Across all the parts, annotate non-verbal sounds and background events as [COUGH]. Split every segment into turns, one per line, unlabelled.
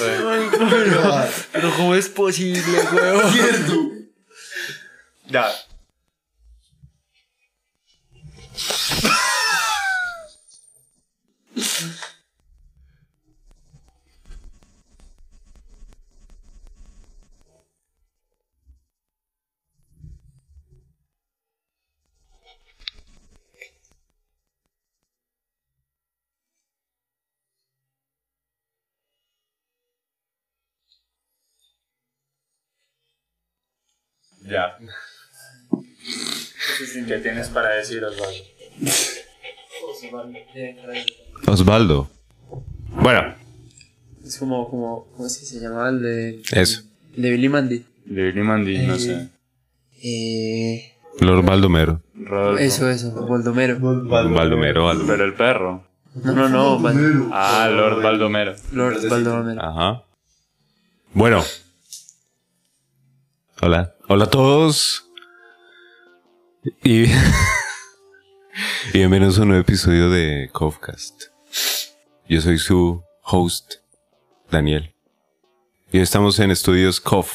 Pero, pero ¿cómo es posible, huevo?
Cierto.
Ya. Ya. ¿Qué tienes para decir, Osvaldo?
Osvaldo. Bueno,
Es como, como, ¿cómo es que se llamaba el de.
Eso.
el de Billy Mandy.
De Billy Mandy, no
Eh,
sé.
Eh,
Lord Baldomero.
Rodolfo.
eso, eso, Baldomero.
Baldomero, Baldomero.
Pero el perro.
No, no, no, Bal- Oh,
Ah, Lord Baldomero.
Lord Baldomero.
Ajá. Bueno. Hola. Hola a todos. Y, [LAUGHS] y bienvenidos a un nuevo episodio de Covcast. Yo soy su host, Daniel. Y hoy estamos en estudios Cov.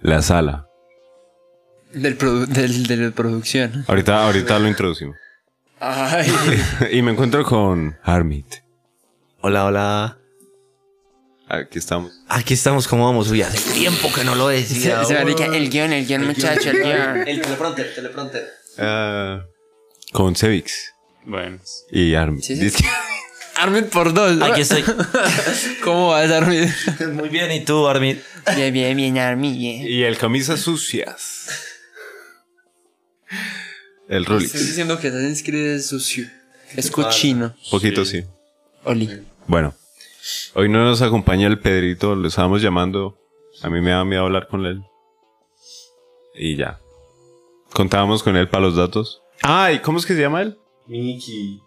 La sala.
Del, produ- del, de la producción.
Ahorita, ahorita lo introducimos.
[LAUGHS] Ay,
[LAUGHS] y me encuentro con Harmit.
Hola, hola.
Aquí estamos.
Aquí estamos, ¿cómo vamos? Uy, hace tiempo que no lo decía.
se, se me dedica el guión, el guión, muchacho, el guión.
El teleprompter, teleprompter.
Ah, con Cevix
Bueno.
y Armin.
Sí, sí. Armin por dos. [LAUGHS]
Aquí estoy.
¿Cómo vas, [LAUGHS] Armin?
Muy bien, ¿y tú, Armin?
Bien, bien, bien, Armin, bien.
[LAUGHS] Y el camisas sucias. El Rolex.
Estás diciendo que Assassin's Creed es sucio. Es cochino.
Poquito sí.
Oli.
Bueno, hoy no nos acompaña el Pedrito, lo estábamos llamando. A mí me da miedo hablar con él. Y ya. Contábamos con él para los datos. Ah, ¿y cómo es que se llama él?
Mickey.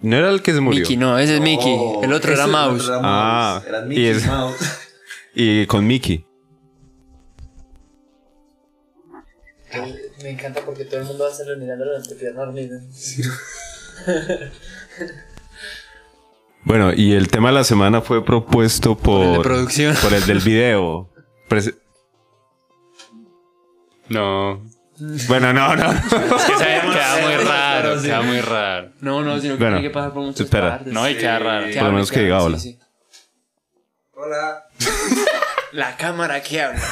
No era el que se murió.
Mickey, no, ese es Mickey.
Oh,
El otro era Mouse.
Ah,
Era
y
Mickey
es-
Mouse.
Y con Mickey.
Me encanta porque todo el mundo va a hacerlo mirando la entrepierna dormida.
Bueno, y el tema de la semana fue propuesto por,
El de producción.
por el del video. Prese-
[LAUGHS]
No.
Bueno, no, no.
Es que se queda muy raro,
Sí.
queda muy raro.
[LAUGHS] No, no, sino que
Bueno,
tiene que pasar por muchas
espera.
partes.
No, y queda raro.
Que
Por lo
hable,
menos que diga
hable,
hola.
sí, sí.
Hola.
[LAUGHS] La cámara que habla.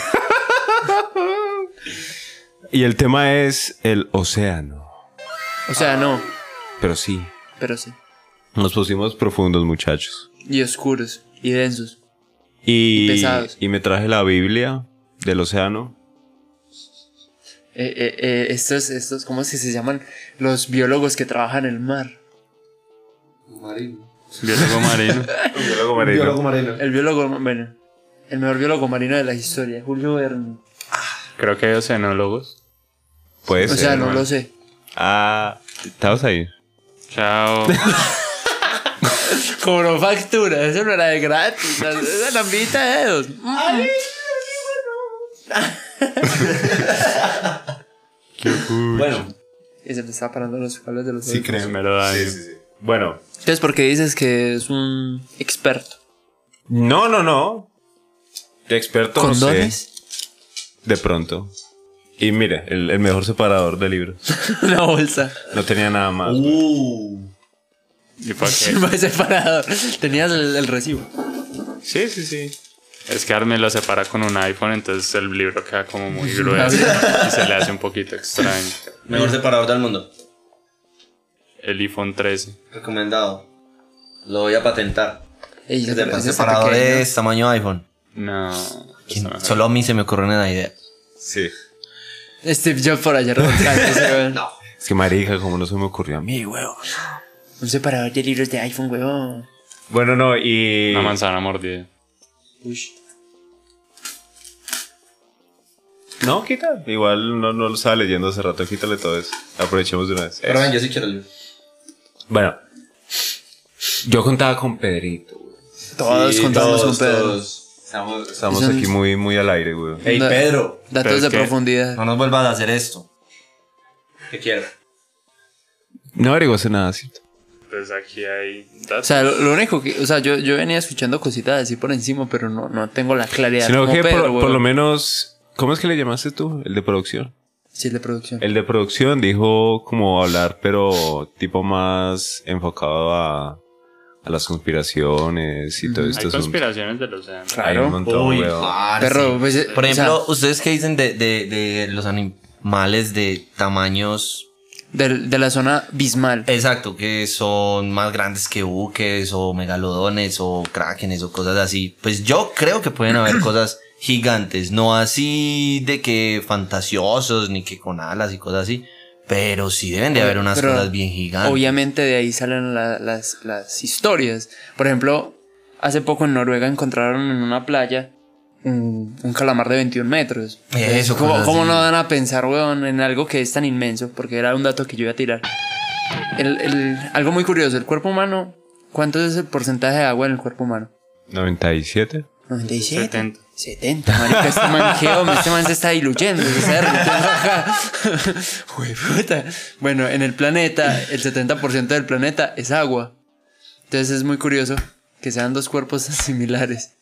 Y el tema es el océano.
O sea, no,
Pero sí.
pero sí.
Nos pusimos profundos, muchachos.
Y oscuros, y densos.
Y,
Y pesados.
y me traje la Biblia del océano.
Eh, eh, eh, estos, estos, ¿cómo es que se llaman? Los biólogos que trabajan en el mar.
Marino.
Biólogo marino.
Biólogo
Un biólogo marino.
El biólogo, bueno, el mejor biólogo marino de la historia, Julio Verne.
Creo que hay oceanólogos.
Puede
O
ser.
sea, no
hermano.
lo sé.
Ah, estabas ahí.
Chao.
Cobró factura, eso no era de gratis. Esa lambita de dedos.
Bueno,
Y se me está parando los cables de los oídos.
Me lo dan.
Bueno.
Entonces, ¿por qué dices que es un experto?
No, no, no. De experto no sé.
¿Condones?
De pronto. Y mira, el, el mejor separador de libros.
[LAUGHS] Una bolsa.
No tenía nada más.
Uh.
¿Y para
[LAUGHS]
qué?
Un separador. Tenías el, el recibo.
Sí, sí, sí.
Es que Armin lo separa con un iPhone, entonces el libro queda como muy
[LAUGHS]
grueso y se le hace un poquito extraño.
Mejor separador del mundo.
El iPhone 13.
Recomendado. Lo voy a patentar.
Ey, ese- ese está
separador
pequeño.
es tamaño iPhone.
No. Pues
¿Quién?
no.
Solo a mí se me ocurrió una idea.
Sí.
Steve Jobs Este, por allá revolcando ese weón.
Es que marica, como no se me ocurrió a mí.
Un separador de libros de iPhone, weón.
Bueno, no, y.
Una manzana mordida.
No, quita. Igual no, no lo estaba leyendo hace rato. Quítale todo eso. Aprovechemos de una vez.
Pero ven, yo sí quiero el
Bueno. Yo contaba con Pedrito. güey.
Todos
Sí,
contamos
todos,
con Pedro.
todos. Estamos-
Estamos
Eso es-
aquí muy, muy al aire, güey.
Ey,
No.
Pedro.
Datos
Pero es
de
que-
profundidad.
No nos vuelvas a hacer esto.
¿Qué quieres?
No averiguaste nada, ¿cierto?
pues aquí hay datos.
O sea, lo, lo único que. O sea, yo, yo venía escuchando cositas así por encima, pero no, no tengo la claridad.
Sino
como
que por-
Pedro,
por,
weón.
lo menos, ¿cómo es que le llamaste tú? El de producción.
Sí, el de producción.
El de producción dijo como hablar, pero tipo más enfocado a, a las conspiraciones y todo
Ujú.
esto.
hay conspiraciones del océano.
Hay un montón,
Uy,
weón.
parce.
Perro, pues, eh,
Ah, Por
o sea,
ejemplo, ¿ustedes qué dicen de, de- de los animales de tamaños
del- de, la zona bismal.
exacto, que son más grandes que buques o megalodones o krakenes o cosas así? Pues yo creo que
[CLEARS THROAT]
pueden haber cosas gigantes, no así de que fantasiosos ni que con alas y cosas así, pero sí deben de haber unas
Pero
cosas bien gigantes.
Obviamente de ahí salen la- las, las historias. Por ejemplo, hace poco en Noruega encontraron en una playa un, un calamar de 21 metros.
Eso,
¿Cómo,
cosas
cómo
así.
no van a pensar, weón, en algo que es tan inmenso? Porque era un dato que yo iba a tirar. El- el- algo muy curioso, el cuerpo humano, ¿cuánto es el porcentaje de agua en el cuerpo humano?
97.
97.
70.
70, marica, este man qué hombre, este man se está diluyendo, se está derritiendo acá. Jueputa. Bueno, en el planeta, el 70% del planeta es agua. Entonces es muy curioso que sean dos cuerpos [LAUGHS] tan similares.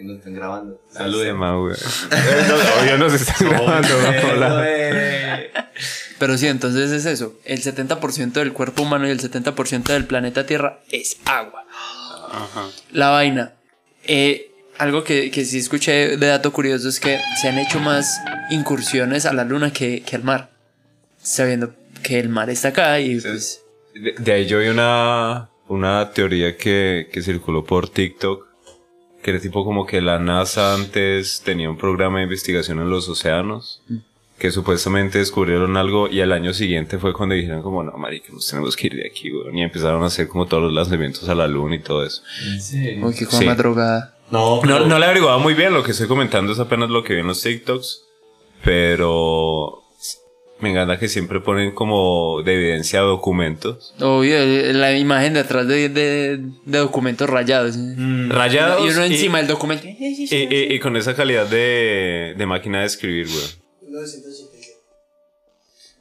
Nos están grabando.
Salude,
Saluden.
ma, weón. Eh, no, obvio nos están grabando. hola.
Pero sí, entonces es eso. El 70% del cuerpo humano y el 70% del planeta Tierra es agua.
Ajá.
La vaina. Eh, algo que, que sí escuché de dato curioso es que se han hecho más incursiones a la luna que, que al mar. Sabiendo que el mar está acá y pues...
De, de ahí yo vi una, una teoría que, que circuló por TikTok, que era tipo como que la NASA antes tenía un programa de investigación en los océanos, que supuestamente descubrieron algo y al año siguiente fue cuando dijeron como, no, marica, nos tenemos que ir de aquí, weón", y empezaron a hacer como todos los lanzamientos a la luna y todo eso.
Sí.
Uy, que
Sí.
más drogada.
No,
No, no le he averiguado muy bien, lo que estoy comentando es apenas lo que vi en los TikToks, pero me encanta que siempre ponen como de evidencia documentos.
Obvio, la imagen de atrás de, de, de documentos rayados. ¿eh?
Rayados.
y uno
y-
encima del documento.
Y, y- y con esa calidad de, de máquina de escribir, güey.
1987.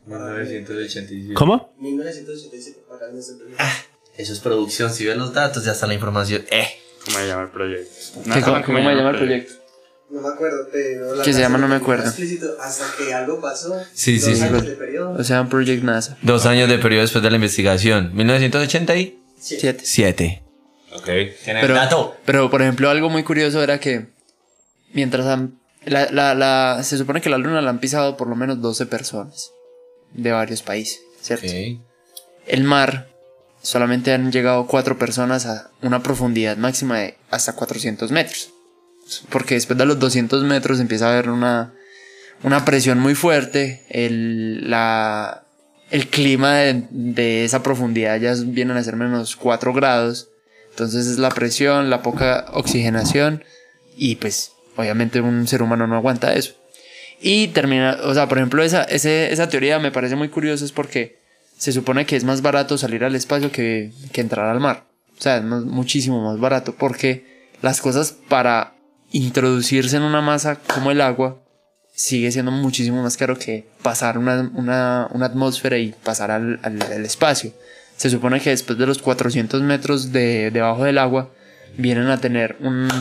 1987.
¿Cómo?
1987 para el centro.
Eso es producción, si ven los datos, ya está la información. Eh.
¿Cómo se llama el proyecto?
¿Qué- ¿Cómo, cómo me llama el proyecto?
No me acuerdo, pero... la
Que se
NASA
llama No me
lo tenía
acuerdo.
Explícito hasta que algo pasó.
Sí, sí,
dos
sí.
años
Lo-
de periodo.
O sea, un Project NASA.
Dos años de periodo después de la investigación. 1987.
Siete.
Ok.
Pero,
dato.
pero, por ejemplo, algo muy curioso era que mientras han- la, la- la- se supone que la luna la han pisado por lo menos 12 personas de varios países, ¿cierto? El mar solamente han llegado cuatro personas a una profundidad máxima de hasta 400 metros. Porque después de los 200 metros empieza a haber una, una presión muy fuerte. El, la- el clima de, de esa profundidad ya vienen a ser menos 4 grados. Entonces es la presión, la poca oxigenación y pues obviamente un ser humano no aguanta eso. Y termina, o sea, por ejemplo, esa, ese- esa teoría me parece muy curiosa es porque se supone que es más barato salir al espacio que, que entrar al mar. O sea, es más- muchísimo más barato porque las cosas para introducirse en una masa como el agua sigue siendo muchísimo más caro que pasar una, una- una atmósfera y pasar al, al- al espacio. Se supone que después de los 400 metros de, debajo del agua vienen a tener un-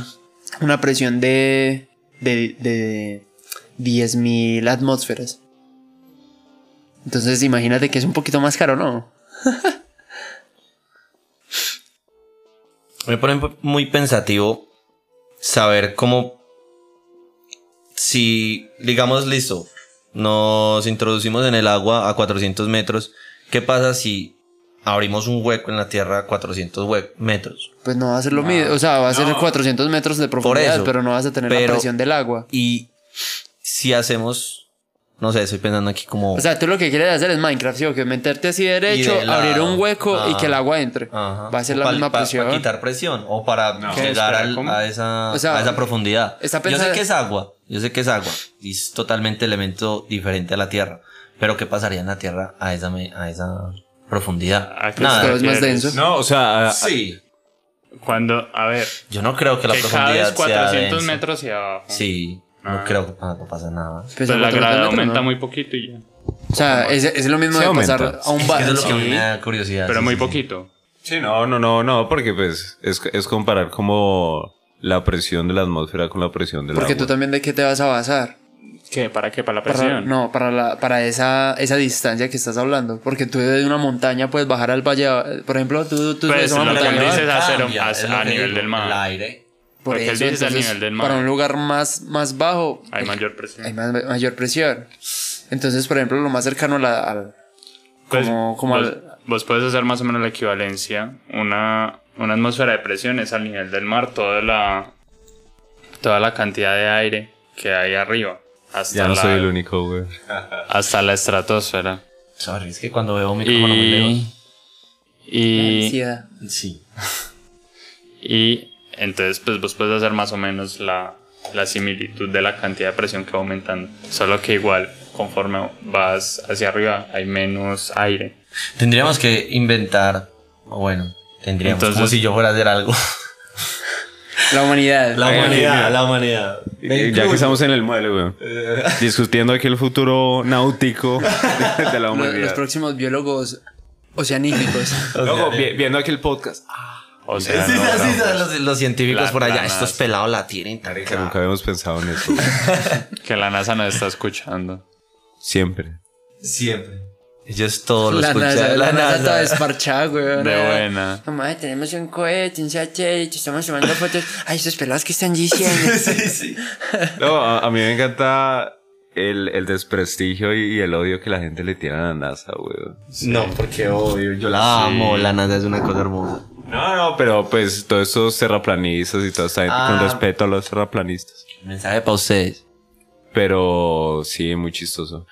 una presión de, de, de 10.000 atmósferas. Entonces imagínate que es un poquito más caro, ¿no?
Me pone muy pensativo saber cómo. Si, digamos, listo, nos introducimos en el agua a 400 metros, ¿qué pasa si abrimos un hueco en la tierra a 400 hue- metros?
Pues no va a ser lo mismo, o sea, va a ser 400 metros de profundidad,
eso.
pero no vas a tener la
Pero-
presión del agua.
Y si hacemos. No sé, estoy pensando aquí como.
O sea, tú lo que quieres hacer es Minecraft, ¿sí? O que meterte así derecho,
Y de lado.
abrir un hueco y
Ah.
que el agua entre.
Ajá.
Va a ser
O
la
pa-
misma
pa-
presión.
Para quitar presión o para llegar
Espera,
al-
¿cómo?
a, esa,
O sea,
a esa profundidad.
está
yo sé
pensada-
que es agua, yo sé que es agua y es totalmente elemento diferente a la Tierra. Pero ¿qué pasaría en la Tierra a esa, me- a esa profundidad?
¿A qué
Nada.
Pero es más
refieres?
denso.
No, o
ah,
sea, a-
Sí.
Cuando, a ver,
Yo no creo que la
que
profundidad
cada
sea
400
densa.
metros hacia abajo.
Sí. No
Ah.
creo que pa- no pasa nada.
Pues
Pero
son
la
400
gravedad
metros,
aumenta
¿no?
muy poquito y ya.
O sea, es, es lo mismo
Se
de pasar
aumenta.
a un
Es que eso
bar.
es lo que a mí
sí.
me da curiosidad.
Pero
sí,
muy
sí, sí.
poquito.
ah,
Sí, no, no, no, no, porque pues es, es comparar como la presión de la atmósfera con la presión del
Porque
agua.
tú también de qué te vas a basar.
¿Qué? ¿Para qué? ¿Para la
Para-
presión?
no, para, la, para esa, esa distancia que estás hablando. Porque tú de una montaña puedes bajar al valle. Por ejemplo, tú, tú
Pues,
subes a una
lo que él
montaña.
dice es a cero-
Cambia,
a-
es lo
a
que
nivel
digo,
del mar.
El aire.
por
lo que él
eso,
dice es al
entonces,
nivel del mar.
para un lugar más, más bajo
Hay mayor
hay
presión.
más- mayor presión. Entonces, por ejemplo, lo más cercano a la- al,
Pues,
como- como
vos,
al-
vos puedes hacer más o menos la equivalencia. Una, una atmósfera de presión es al nivel del mar toda la, toda la cantidad de aire que hay arriba. Hasta,
Ya no
la,
soy el único, güey.
hasta la estratosfera.
Sorry, es que cuando veo un micrófono muy
Y,
lejos.
y,
ansiedad.
Sí.
y entonces pues vos puedes hacer más o menos la, la similitud de la cantidad de presión que va aumentando. Solo que igual conforme vas hacia arriba hay menos aire.
Tendríamos que inventar. o Bueno, tendríamos.
Entonces-
como si yo fuera a hacer algo.
la humanidad.
[LAUGHS] La humanidad, la humanidad.
Y- Ya que estamos en el mueble, güey. Discutiendo aquí el futuro náutico de, de la
Lo- los,
humanidad.
próximos biólogos oceaníficos.
[LAUGHS] Luego, vi- viendo aquí el podcast. Ah,
O sea,
Sí,
no,
sí, sí,
no, pues,
los, los científicos
La-
por allá,
la NASA.
estos pelados la tienen tan clara.
Nunca habíamos pensado en eso. güey.
que la NASA nos está escuchando.
Siempre.
Siempre.
Ellos todo lo
la
escuchan.
NASA, la NASA toda
NASA.
desparchada, güey.
De buena.
Mamá, tenemos un cohete, un satélite, estamos tomando fotos. Ay, esos pelados que están diciendo.
No, a, a mí me encanta el, el desprestigio y, y el odio que la gente le tiene a la NASA, güey.
No, porque obvio, yo la amo, la NASA es una cosa hermosa.
No, no, pero pues todos estos terraplanistas y toda esta gente
Ah.
con respeto a los terraplanistas.
Mensaje para ustedes.
Pero sí, muy chistoso.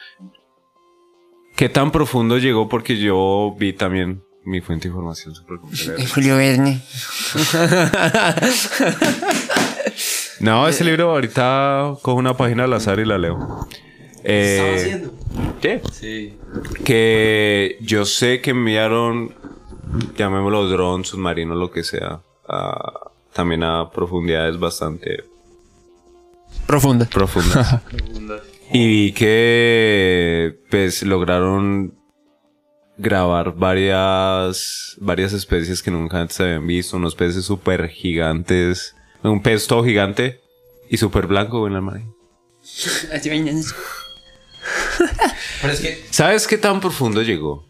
¿Qué tan profundo llegó? Porque yo vi también mi fuente de información súper completa.
[LAUGHS] Julio Verne.
No, ese libro ahorita cojo una página al azar y la leo. Eh, ¿qué?
Sí.
Que yo sé que enviaron, llamémoslo dron, submarino, lo que sea, a- también a profundidades bastante
Profunda.
profundas. [LAUGHS] y vi que pues lograron grabar varias varias especies que nunca antes se habían visto, unos peces súper gigantes, un pez todo gigante y súper blanco en la mar.
Pero es que
¿Sabes qué tan profundo llegó?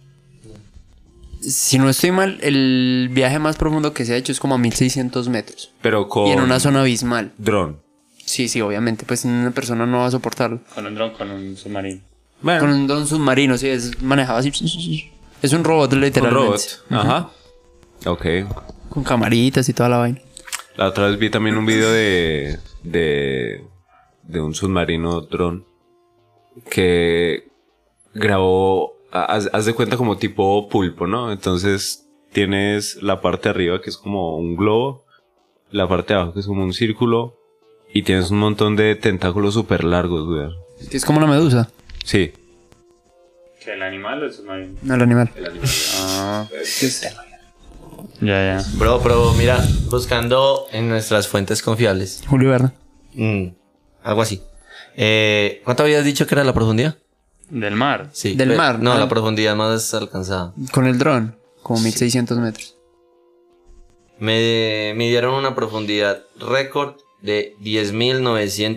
Si no estoy mal, el viaje más profundo que se ha hecho es como a 1600 metros.
Pero con
Y en una zona abismal.
dron.
Sí, sí, obviamente, pues una persona no va a soportarlo.
Con un dron, con un submarino.
Bueno,
Con un don submarino, sí, es manejado así. Es un robot,
un
literalmente.
robot. Ajá. Ok.
Con camaritas y toda la vaina.
La otra vez vi también un video de de de un submarino dron que grabó, ha- haz, haz de cuenta como tipo pulpo, ¿no? Entonces tienes la parte de arriba que es como un globo, la parte de abajo que es como un círculo y tienes un montón de tentáculos súper largos, güey.
Es como la medusa,
Sí.
¿Que el animal o el submarino?
no el animal.
Ah. Ya, ya.
Bro, pero mira, buscando en nuestras fuentes confiables.
Julio Verne.
Mm, algo así. Eh, ¿Cuánto habías dicho que era la profundidad?
Del mar.
Sí.
Del
pe-
mar,
No,
¿no?
la profundidad más alcanzada.
Con el dron, como 1600 metros.
Me midieron una profundidad récord de 10.911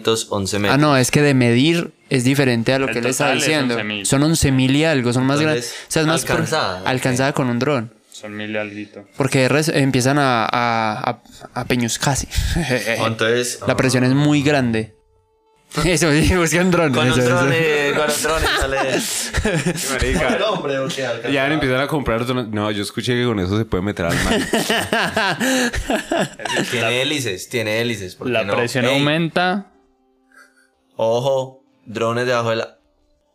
metros.
Ah, no, es que de medir es diferente a lo
El
que él está
total es
diciendo.
11.000.
Son 11.000 y algo, son más grandes.
Entonces,
O sea, es más pro-
alcanzada, ok.
alcanzada con un dron.
Son mil y alguito.
Porque de res- empiezan a, a, a, a peñuscarse.
Entonces,
[LAUGHS] Ah, La presión es muy grande. [LAUGHS] Eso, sí, buscan drones.
Con
[LAUGHS] eso,
un
eso.
dron, eh, con un dron, sale. [LAUGHS] el hombre, o sea,
Ya van a empezar a comprar dron- No, yo escuché que con eso se puede meter al mar.
Tiene hélices, tiene hélices. ¿por qué
La
no?
presión
Ey,
aumenta.
Ojo, drones debajo de la.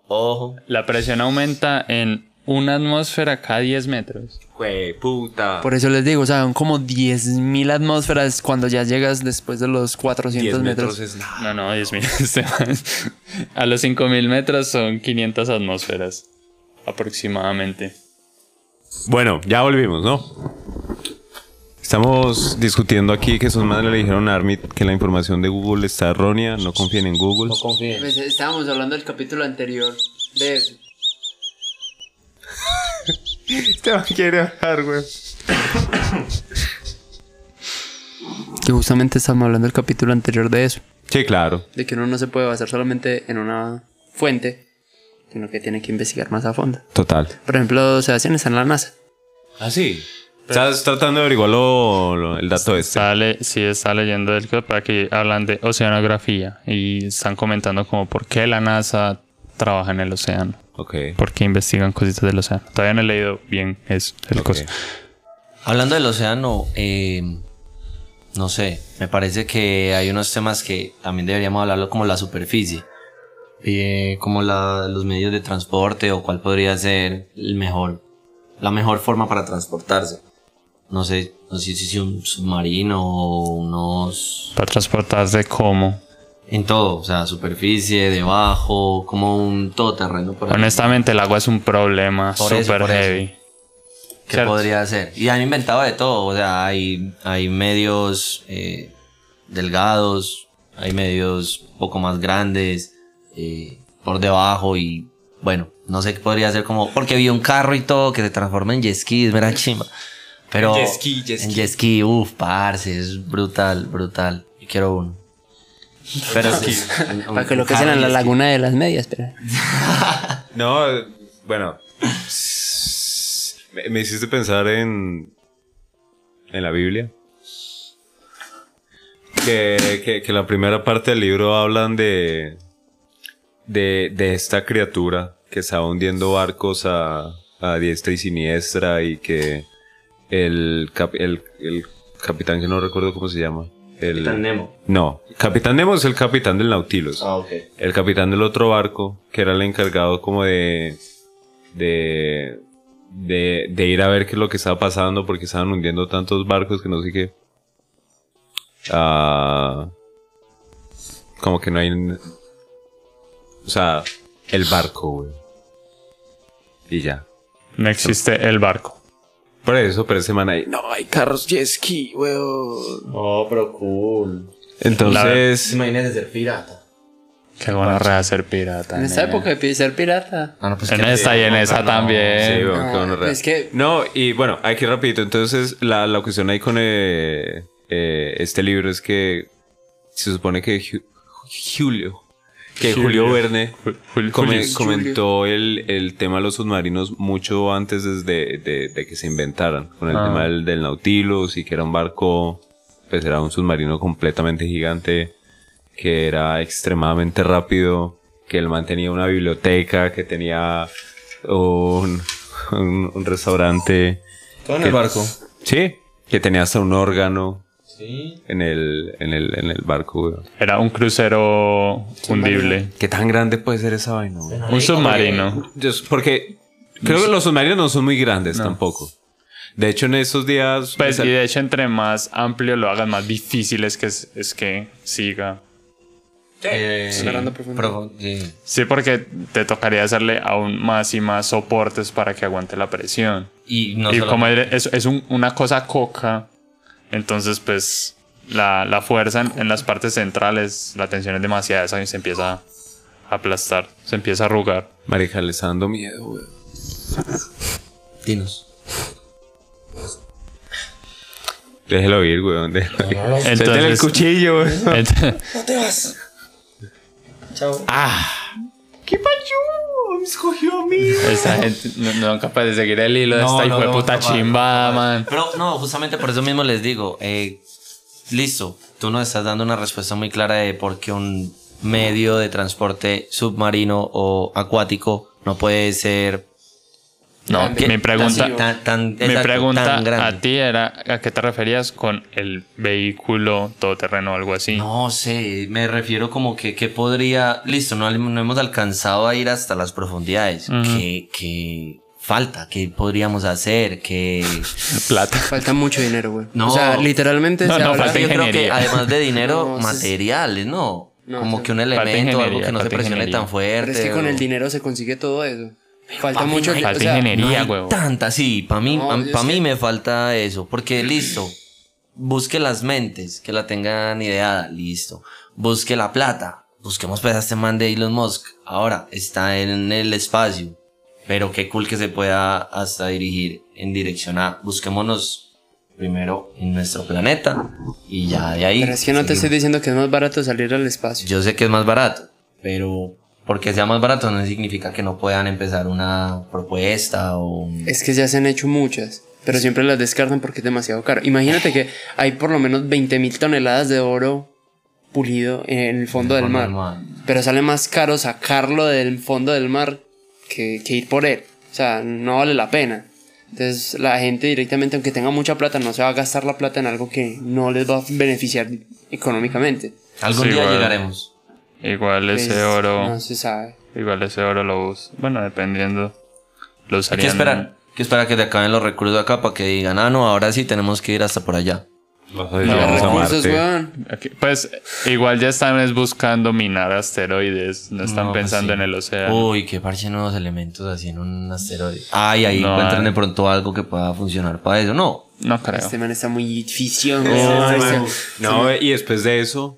Ojo.
La presión aumenta en una atmósfera cada 10 metros.
Güey, puta.
Por eso les digo, o sea, son como 10.000 atmósferas cuando ya llegas después de los 400 metros.
es
No,
nada.
no, [LAUGHS] 10.000. este más. A los 5.000 metros son 500 atmósferas. Aproximadamente.
Bueno, ya volvimos, ¿no? Estamos discutiendo aquí que sus madres le dijeron a Armit que la información de Google está errónea, no confíen en Google.
Pues, estábamos hablando del capítulo anterior de eso.
Este man quiere hablar, güey.
Que justamente estamos hablando del capítulo anterior de eso.
Sí, claro.
De que uno no se puede basar solamente en una fuente, sino que tiene que investigar más a fondo.
Total.
Por ejemplo, Sebastián está en la NASA.
Ah, sí. Estás tratando de averiguar lo- lo- el dato este.
Sale, sí, está leyendo el que para que hablan de oceanografía y están comentando como por qué la NASA trabaja en el océano,
Ok.
por qué investigan cositas del océano. Todavía no he leído bien eso, el
Ok.
cosa.
Hablando del océano, eh, no sé, me parece que hay unos temas que también deberíamos hablarlo como la superficie, eh, como la- los medios de transporte o cuál podría ser el mejor, la mejor forma para transportarse. No sé, no sé si es un submarino o unos...
Para transportarse como.
En todo, o sea, superficie, debajo, como un todoterreno. Por ejemplo.
Honestamente, el agua es un problema
Por eso,
súper
por eso.
heavy.
¿Qué
¿Cierto?
podría hacer? Y han inventado de todo, o sea, hay, hay medios eh, delgados, hay medios un poco más grandes, eh, por debajo y bueno, no sé qué podría hacer como, porque vi un carro y todo que se transforma en jet ski, es [LAUGHS] mera chimba. Pero
Jet ski, jet
en
ski.
jet ski, uff, parce, es brutal, brutal. Yo quiero uno. Pero
Para que lo que sea en la laguna de las medias, pero.
No, bueno. s- Me, me hiciste pensar en. En la Biblia. Que, que, que la primera parte del libro hablan de. De, de esta criatura que estaba hundiendo barcos a, a diestra y siniestra y que el, cap- el, el capitán que no recuerdo cómo se llama. El,
Capitán Nemo.
No, Capitán Nemo es el capitán del Nautilus
Ah, ok.
el capitán del otro barco, que era el encargado como de, de, de, de ir a ver qué es lo que estaba pasando porque estaban hundiendo tantos barcos que no sé qué. Ah, como que no hay... n- O sea, el barco, güey. Y ya.
No existe el barco.
Por eso, pero ese man ahí... No, hay carros jet ski, güey.
Oh, pero cool.
Entonces...
Imagínate ser pirata.
Qué buena rea ser pirata.
En esta
nena.
época de ser pirata.
Ah, no, pues,
En
que-
esta y en esa también.
Ah, Sí, weón,
No,
qué bueno, real.
Ah, es que-
No, y bueno, aquí rapidito, entonces la, la cuestión ahí con eh, eh, este libro es que se supone que Ju- Julio, que Julio, Verne
Ju- Jul-
come-
Julius.
comentó el, el tema de los submarinos mucho antes desde de, de que se inventaran, con el
Ah.
tema del, del Nautilus y que era un barco, pues era un submarino completamente gigante, que era extremadamente rápido, que el man tenía una biblioteca, que tenía un, un- un restaurante.
Todo en el
que-
barco.
Sí, que tenía hasta un órgano
Sí.
en el, en el, en el barco. güey.
Era un crucero hundible.
¿Qué tan grande puede ser esa vaina? güey?
Un submarino.
Yo- porque creo que los submarinos no son muy grandes tampoco. De hecho, en esos días.
Pues,
me
y
sal-
de hecho, entre más amplio lo hagan, más difícil es que, es que siga.
eh,
Agarrando profundo.
Pero, sí.
Sí, porque te tocaría hacerle aún más y más soportes para que aguante la presión.
Y no
y
solo-
como es, es un- una cosa coca, entonces pues la, la fuerza en, en las partes centrales, la tensión es demasiada esa y se empieza a aplastar, se empieza a arrugar.
Marica, le está dando miedo, güey.
Dinos.
Déjelo ir, güey. Déjelo ir.
Entonces-
Suéltale el cuchillo, güey.
Ent- Ah. Esa gente no, no son capaces de seguir el hilo de esta hijo de puta chimba, man.
Pero no, justamente por eso mismo les digo, eh, listo, tú nos estás dando una respuesta muy clara de por qué un medio de transporte submarino o acuático no puede ser
No,
Grande.
mi pregunta,
Vacío.
tan, tan,
mi
exacto,
pregunta
tan grande.
a ti era a qué te referías con el vehículo todoterreno o algo así.
No sé, me refiero como que, que podría, listo, no, no hemos alcanzado a ir hasta las profundidades, que, que falta, que podríamos hacer, que...
Plata.
Falta mucho dinero, güey.
No.
O sea, literalmente
No,
se
no,
habla-
falta
yo creo que
ingeniería.
además de dinero,
[LAUGHS] No, sí, sí.
materiales, ¿no?
No,
como
sí.
que un
Falta
elemento, algo
ingeniería,
que no se
falta
presione
ingeniería.
tan fuerte.
Pero es que con
o-
el dinero se consigue todo eso. Falta
Papi,
mucho.
no hay-
o
Falta
sea,
No
ingeniería,
hay
huevo.
tanta, sí, para mí,
No,
pa-
yo
pa'
es
mí
que-
me falta eso, porque listo, busque las mentes, que la tengan ideada, listo, busque la plata, busquemos pues a este man de Elon Musk, ahora está en el espacio, Pero qué cool que se pueda hasta dirigir en dirección a busquémonos primero en nuestro planeta y ya de ahí.
Pero es que no te estoy
seguimos.
diciendo que es más barato salir al espacio.
Yo sé que es más barato, pero porque sea más barato no significa que no puedan empezar una propuesta o un-
Es que ya se han hecho muchas, pero siempre las descartan porque es demasiado caro. Imagínate que hay por lo menos 20 mil toneladas de oro pulido en el fondo del
Fondo
mar.
del mar.
Pero sale más caro sacarlo del fondo del mar que, que ir por él. O sea, no vale la pena. Entonces la gente directamente, aunque tenga mucha plata, no se va a gastar la plata en algo que no les va a beneficiar económicamente.
algún
Sí,
día
igual.
llegaremos.
Igual
Pues,
ese oro.
No se sabe.
Igual ese oro lo usan. Bueno, dependiendo. Lo
Hay
usarían.
que esperar, hay que esperar a que te acaben los recursos acá para que digan, ah, no, ahora sí tenemos que ir hasta por allá.
Vas a
No,
llegar a
Recursos,
Marte.
weón.
Aquí- Pues igual ya están es buscando minar asteroides. No están
No, pues
pensando
sí.
en
Uh,
el océano.
Uy, que parche nuevos elementos así en un asteroide. Ay, ahí
No,
encuentran
eh.
de pronto algo que pueda funcionar para eso. No,
No creo.
Este man está muy ficción.
No, no, no, y después de eso,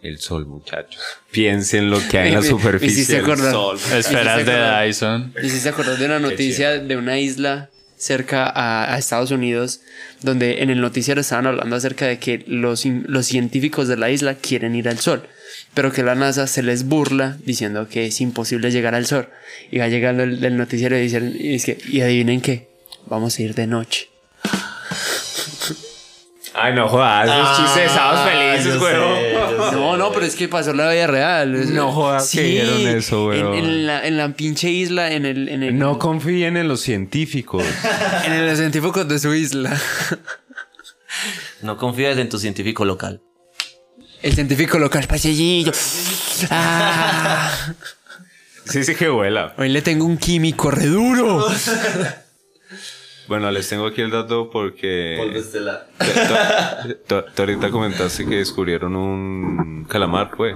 el sol, muchachos. Piensen lo que hay
[LAUGHS]
en la
Me- me hiciste
superficie del
acordar.
sol.
Esferas
este
Sí, sí,
de
sí,
Dyson.
Me hiciste acordar de una noticia de una isla cerca a, a Estados Unidos, donde en el noticiero estaban hablando acerca de que los, in- los científicos de la isla quieren ir al sol, pero que la NASA se les burla diciendo que es imposible llegar al sol. Y va llegando el, el noticiero y dicen, y, es que, y adivinen qué, vamos a ir de noche.
Ay, no jodas, esos
Ah,
chistes sábados felices, huevón.
No, no, pero es que pasó en la vida real.
No jodas
sí,
que dijeron eso,
en,
weón.
en la, en la pinche isla, en el, en el,
No confíen en los científicos.
en
[LAUGHS]
el científico de su isla.
no confíes en tu científico local.
El científico local pase allí y yo, "Ah,
Sí, sí que vuela.
hoy le tengo un químico re duro.
Bueno, les tengo aquí el dato
Polvo
porque...
estelar.
Tú tú ahorita comentaste que descubrieron un calamar, pues.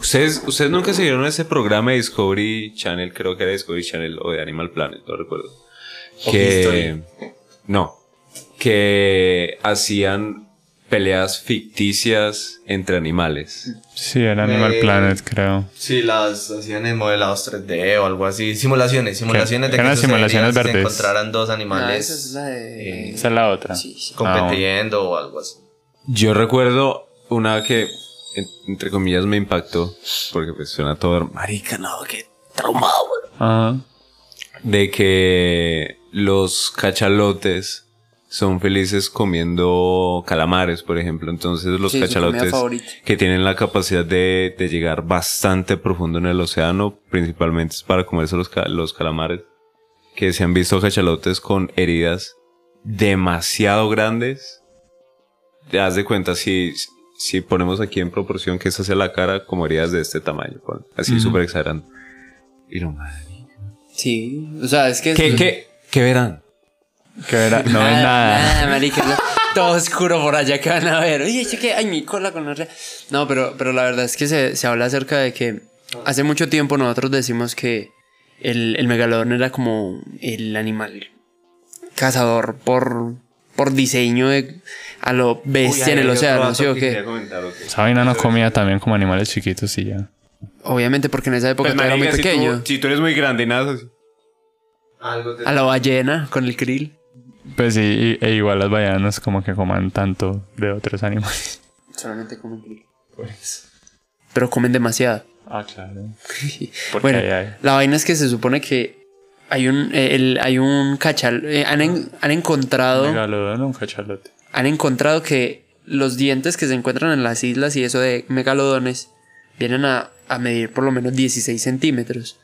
¿Ustedes, ustedes nunca se vieron ese programa de Discovery Channel, creo que era Discovery Channel o de Animal Planet, no recuerdo.
O
Que.
History.
No. Que hacían peleas ficticias entre animales.
Sí, era
Animal
Animal
Eh, Planet,
Planet, creo.
Sí, las hacían en modelados 3D o algo así. Simulaciones, simulaciones de que
Eran simulaciones
sucedería si se
verdes.
encontraran dos
Ah,
animales
Eh,
Esa es la otra. Ah,
compitiendo o algo así.
Yo recuerdo una que, en- entre comillas, me impactó. Porque pues suena todo. Marica, no, que
Ajá.
de que los cachalotes son felices comiendo calamares, por ejemplo. Entonces los
Sí, es mi comida
cachalotes
favorita.
que tienen la capacidad de, de llegar bastante profundo en el océano, principalmente es para comerse los, ca- los calamares, que se han visto cachalotes con heridas demasiado grandes. Te das de cuenta si, si ponemos aquí en proporción que esa sea la cara como heridas de este tamaño, pon, así súper exagerando. Y lo madre.
Sí, o sea, es que...
¿Qué, qué, qué verán?
Que era- no es nada.
marica, es todo oscuro por allá que van a ver. Oye, ¿esto qué? Ay, mi cola con la re- No, pero, pero la verdad es que se, se habla acerca de que hace mucho tiempo nosotros decimos que el, el megalodón era como el animal cazador por, por diseño de- a lo bestia en el océano, ¿sí o qué?
Pues,
Esa vaina no comía también como animales chiquitos y ya.
Obviamente porque en esa época
Pues,
todo era muy
marica, si tú-
pequeño.
Si tú, eres muy grande y nada así.
A la ballena con el krill.
Pues sí, y- e igual las vallanas como que coman tanto de otros animales.
Solamente comen krill.
Pues.
Pero comen demasiado.
Ah, claro.
bueno,
ahí hay.
la vaina es que se supone que hay un, eh, el- hay un cachal. eh, han, en- han encontrado.
Megalodón o un cachalote.
han encontrado que los dientes que se encuentran en las islas y eso de megalodones vienen a, a medir por lo menos 16 centímetros.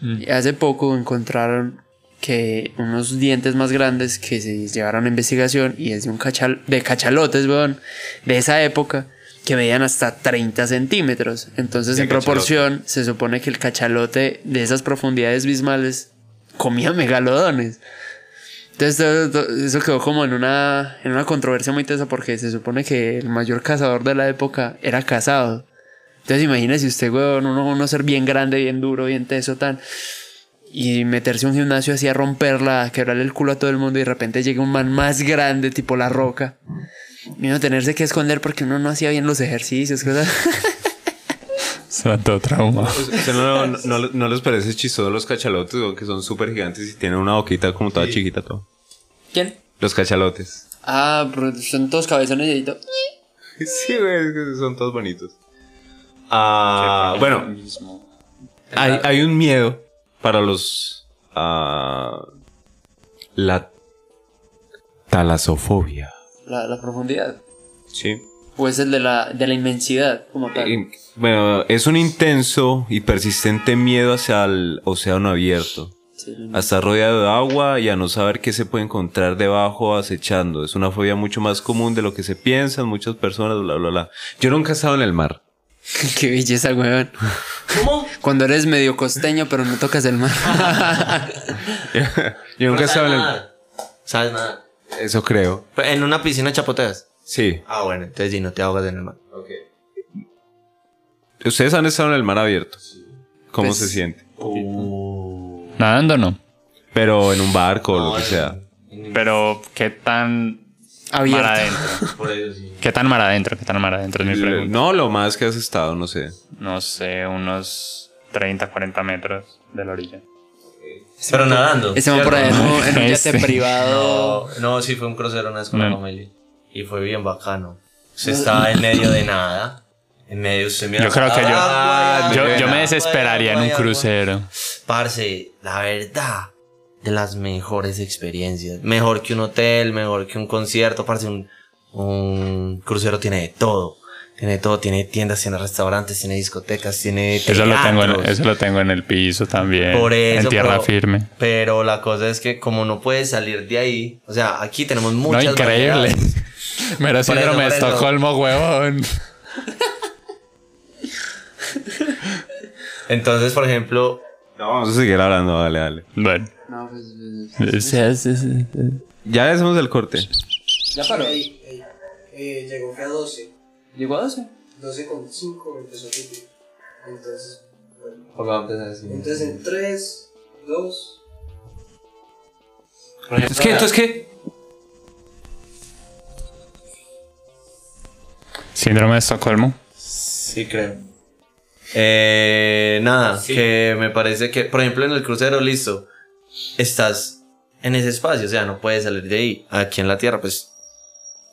Mm.
Y hace poco encontraron que unos dientes más grandes que se llevaron a investigación y es de un cachal de cachalotes, weón, de esa época que medían hasta 30 centímetros. Entonces,
De
en
cachalote.
proporción, se supone que el cachalote de esas profundidades bismales comía megalodones. Entonces todo- todo- eso quedó como en una, en una controversia muy tesa porque se supone que el mayor cazador de la época era casado. Entonces imagínese usted, weón, uno, uno ser bien grande, bien duro, bien teso, tan... Y meterse a un gimnasio así a romperla, a quebrarle el culo a todo el mundo y de repente llega un man más grande, tipo la roca. [LAUGHS] Y uno tenerse que esconder porque uno no hacía bien los ejercicios, cosas.
Santo trauma.
¿Usted no, no- no- no les parece chistoso los cachalotes, weón, que son súper gigantes y tienen una boquita como toda chiquita todo?
¿Quién?
Los cachalotes.
Ah, pero son todos cabezones y ahí todo.
[LAUGHS] Sí, güey, es que son todos bonitos. Ah, bueno, hay, hay un miedo para los... ah, la talasofobia.
La, la profundidad.
Sí.
O es el de la, de la inmensidad, como tal.
Eh, Bueno, es un intenso y persistente miedo hacia el océano abierto.
Sí.
A estar rodeado de agua y a no saber qué se puede encontrar debajo acechando. Es una fobia mucho más común de lo que se piensan muchas personas, bla, bla, bla. Yo nunca he estado en el mar.
[LAUGHS] Qué belleza, weón. ¿Cómo? Cuando eres medio costeño, pero no tocas el mar.
Yo nunca he estado en el mar.
nada. ¿Sabes nada?
Eso creo.
Pero En una piscina chapoteas.
Sí.
Ah, bueno, entonces si no te ahogas en el mar.
Ustedes han estado en el mar abierto. ¿Cómo
Pues-
se siente?
Nadando no.
Pero en un barco o lo
No,
que
es-
sea.
Pero, ¿qué tan mar
Abierto.
adentro?
Por eso sí.
¿Qué tan mar adentro? ¿Qué tan mar adentro? Es mi pregunta.
No, lo más que has estado, no sé.
No sé, unos 30, 40 metros de la orilla.
Pero nadando.
Ese man por ahí en
¿cierto?
un en un
Ese.
yate privado.
No, no, sí fue un crucero una vez con
No.
la familia. Y fue bien bacano. Usted estaba en medio de nada. En medio usted mira. Ah,
Yo creo que yo-
Agua,
Yo,
agua,
yo me
agua,
desesperaría en
agua,
un
agua.
crucero.
Parce, la verdad, de las mejores experiencias. Mejor que un hotel, mejor que un concierto. Parce, un, un crucero tiene de todo. Tiene de todo, tiene tiendas, tiene restaurantes, tiene discotecas, tiene.
Eso lo, tengo en,
teatros.
eso lo tengo en el piso también.
Por eso,
en tierra
pero-
firme.
Pero la cosa es que como no puedes salir de ahí, o sea, aquí tenemos
No,
muchas
increíble.
variedades.
[LAUGHS] Mero
eso,
síndrome de
por eso.
Estocolmo, huevón.
Entonces, por ejemplo,
No, vamos a seguir hablando, dale, dale.
Bueno.
No, pues, pues,
Ya hacemos el corte.
Ya paró.
Ey, ey. Eh, llegó que a 12.
Llegó a 12.
12 con 5 me empezó a subir. Entonces, bueno. Entonces
entonces,
en 3, 2.
¿entonces qué? ¿Entonces qué?
Síndrome de Estocolmo.
Sí, creo.
Eh, nada, que me parece que, por ejemplo, en el crucero, listo, estás en ese espacio, o sea, no puedes salir de ahí. Aquí en la Tierra, pues,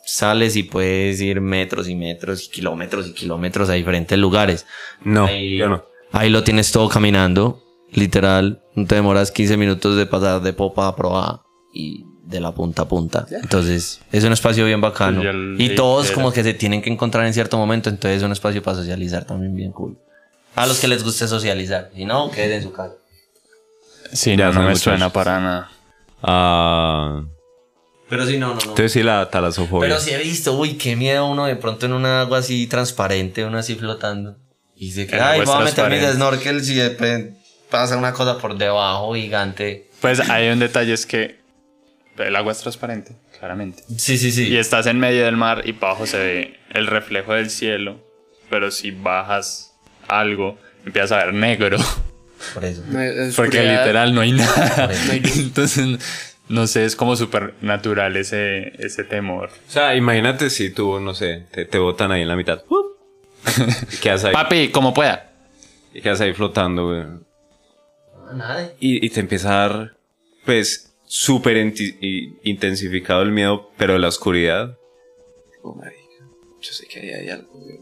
sales y puedes ir metros y metros y kilómetros y kilómetros a diferentes lugares.
No,
Ahí-
yo no.
Ahí lo tienes todo caminando, literal. No te demoras 15 minutos de pasar de popa a proa y de la punta a punta. Entonces, es un espacio bien bacano.
Y el-
Y todos
el-
como que se tienen que encontrar en cierto momento, entonces es un espacio para socializar también bien cool. A los que les guste socializar, si no, quédense en su casa.
Sí, no,
Ya
no
saben,
me
muchachos.
suena para nada.
Ah,
Pero si no, no, no.
entonces pues, sí, la talasofobia.
Pero si he visto, uy, qué miedo uno de pronto en un agua así transparente, uno así flotando. Y se
El
queda,
agua
ay,
es
voy a meter mi
transparente".
snorkel si de repente pasa una cosa por debajo gigante.
Pues hay un detalle es que el agua es transparente, claramente.
Sí, sí, sí.
Y estás en medio del mar y para abajo se ve el reflejo del cielo. Pero si bajas algo, empiezas a ver negro.
Por eso.
No, es
Porque
oscuridad.
literal no hay nada.
No
hay luz.
[LAUGHS] Entonces, no sé, es como supernatural ese, ese temor.
O sea, imagínate si tú, no sé, te, te botan ahí en la mitad. ¡Up! Y
[LAUGHS]
quedas ahí,
Papi, como pueda.
y quedas ahí flotando, güey. Y, y te empieza a dar, pues, súper inti- i- intensificado el miedo, pero de la oscuridad. Tipo, marica, yo sé que ahí hay algo, güey.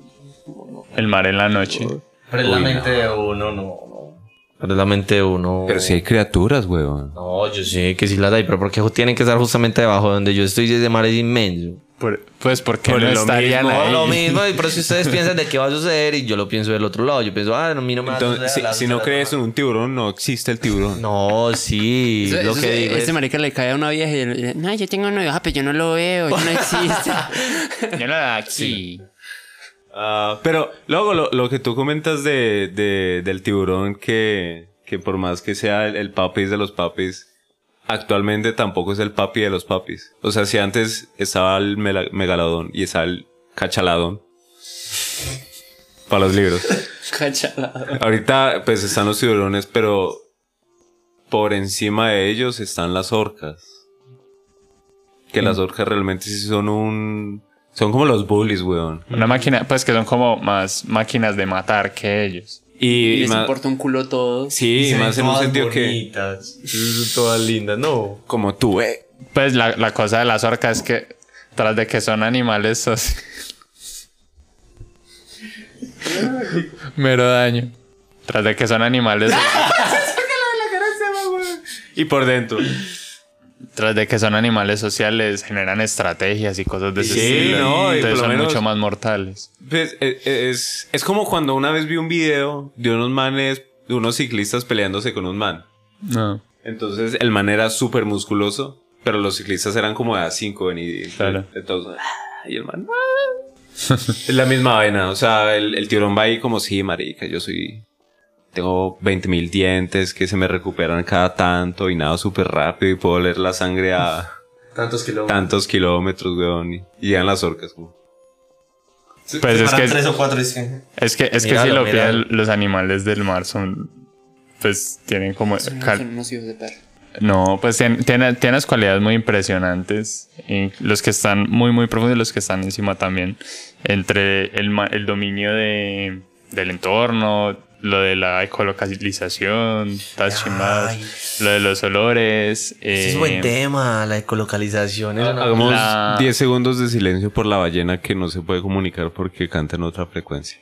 El mar en la noche.
Pero es la mente de uno, no, no. Pero es la mente de uno.
Pero si hay criaturas, güey.
No, yo sé que sí las hay, pero porque tienen que estar justamente debajo de donde yo estoy y ese mar es inmenso.
Por- pues porque
Por
no
lo
estarían
mismo,
ahí.
Lo mismo, y por eso [LAUGHS] ustedes piensan de qué va a suceder y yo lo pienso del otro lado. Yo pienso, ah, no, a mí no me va a
Entonces, si,
suceder, la
si no
suceder,
crees en un tiburón, no existe el tiburón.
No, sí,
Eso-
lo
eso
que
es-
digo es-
este marica le cae a una vieja y le dice, no, yo tengo un novio, ah, pero yo no lo veo, yo no existe.
Yo no era aquí.
Ah, pero luego lo, lo que tú comentas de, de- del tiburón que, que por más que sea el, el papis de los papis, actualmente tampoco es el papi de los papis. O sea, si antes estaba el mela- megalodón y estaba el cachaladón para los
[LAUGHS]
libros.
Cachalado.
Ahorita pues están los tiburones, pero por encima de ellos
Mm.
están las orcas. Que las orcas realmente sí son un Son como los bullies, weón.
Una máquina, pues que son como más máquinas de matar que ellos.
Y
Y,
les
ma-
importa un culo todo.
sí,
Se ven
más en un
todas
sentido que
bonitas.
Toda linda, no.
como tú, eh.
Pues la, la cosa de las orcas es que, tras de que son animales, [LAUGHS] sos- mero daño. Tras de que son animales,
Y por dentro.
tras de que son animales sociales, generan estrategias y cosas de ese
Sí,
estilo.
no, y por
Entonces
lo
son
menos-
mucho más mortales.
Pues, eh, eh, es, es como cuando una vez vi un video de unos manes, de unos ciclistas peleándose con un man.
No,
Entonces el man era súper musculoso, pero los ciclistas eran como de a 5 y
Claro.
entonces, ah, y el man... ah. es la misma vaina, o sea, el, el tiburón va ahí como, sí, marica, yo soy... Tengo 20.000 mil dientes que se me recuperan cada tanto y nado súper rápido y puedo leer la sangre a
Tantos kilómetros.
tantos kilómetros, weón. Y y llegan las orcas, como...
Pues es que-
tres o cuatro y se-
es que, es que si
Míralo,
lo
míralo.
piensan, los animales del mar son. Pues tienen como.
Son,
cal-
son unos hijos de perro.
No, pues tien- tiene, tiene unas cualidades muy impresionantes. y los que están muy, muy profundos y los que están encima también. Entre el, ma- el dominio de, del entorno, lo de la ecolocalización, todas esas chimadas,
Ay.
lo de los olores.
Ese es
eh,
buen tema, la ecolocalización. es una-
Hagamos
La-
10 segundos de silencio por la ballena que no se puede comunicar porque canta en otra frecuencia.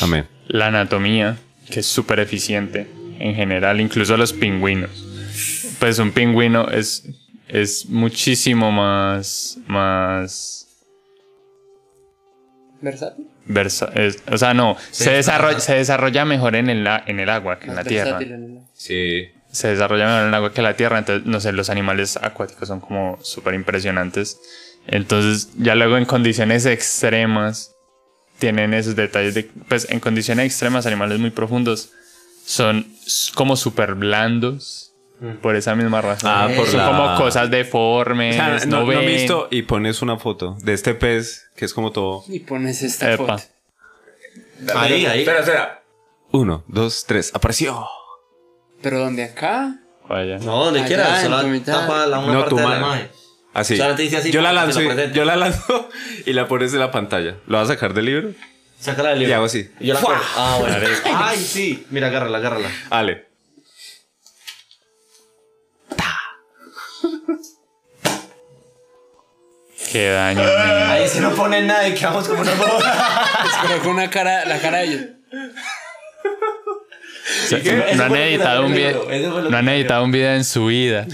Amén.
la anatomía, que es súper eficiente en general, incluso los pingüinos. Pues un pingüino es, es muchísimo más, más
¿Versátil?
versa- es- o sea, no, se, desarrolla, se desarrolla mejor en el, a- en el agua que en la
Más
tierra.
versátil en el-
Sí.
Se desarrolla mejor en el agua que en la tierra, entonces, no sé, los animales acuáticos son como súper impresionantes. Entonces, ya luego en condiciones extremas, tienen esos detalles de, pues en condiciones extremas, animales muy profundos, son s- como súper blandos. Por esa misma razón.
Mm. Ah, por
Son
la-
como cosas deformes.
O sea, no,
Eh, no,
no he
ven.
visto y pones una foto de este pez que es como todo.
Y pones esta
Epa.
foto.
Ahí, ahí.
Uno, dos, tres. Apareció.
Pero donde acá.
Vaya.
No, donde
Allá,
quieras.
en
Solo
tu mitad.
tapa la una
No,
parte
tu
de la
mano.
imagen.
Así.
O sea, no te dice así,
yo la
te lo
lanzo, y,
presento.
yo la lanzo [LAUGHS] y la pones en la pantalla. ¿Lo vas a sacar del libro?
Sácala del libro.
Y hago así.
Y yo la
¡Fua!
acuerdo. Ah, bueno. [LAUGHS] Ay, sí. Mira, agárrala, agárrala.
Ale.
Qué daño. mío.
Ahí si no ponen nada y quedamos como una boba.
Pero con una cara, la cara de ellos.
O sea,
qué? Eso
No han
fue lo que
editado
salió
un
en el
video.
libro, eso fue
No
lo que
han editado un video en su
[LAUGHS]
vida.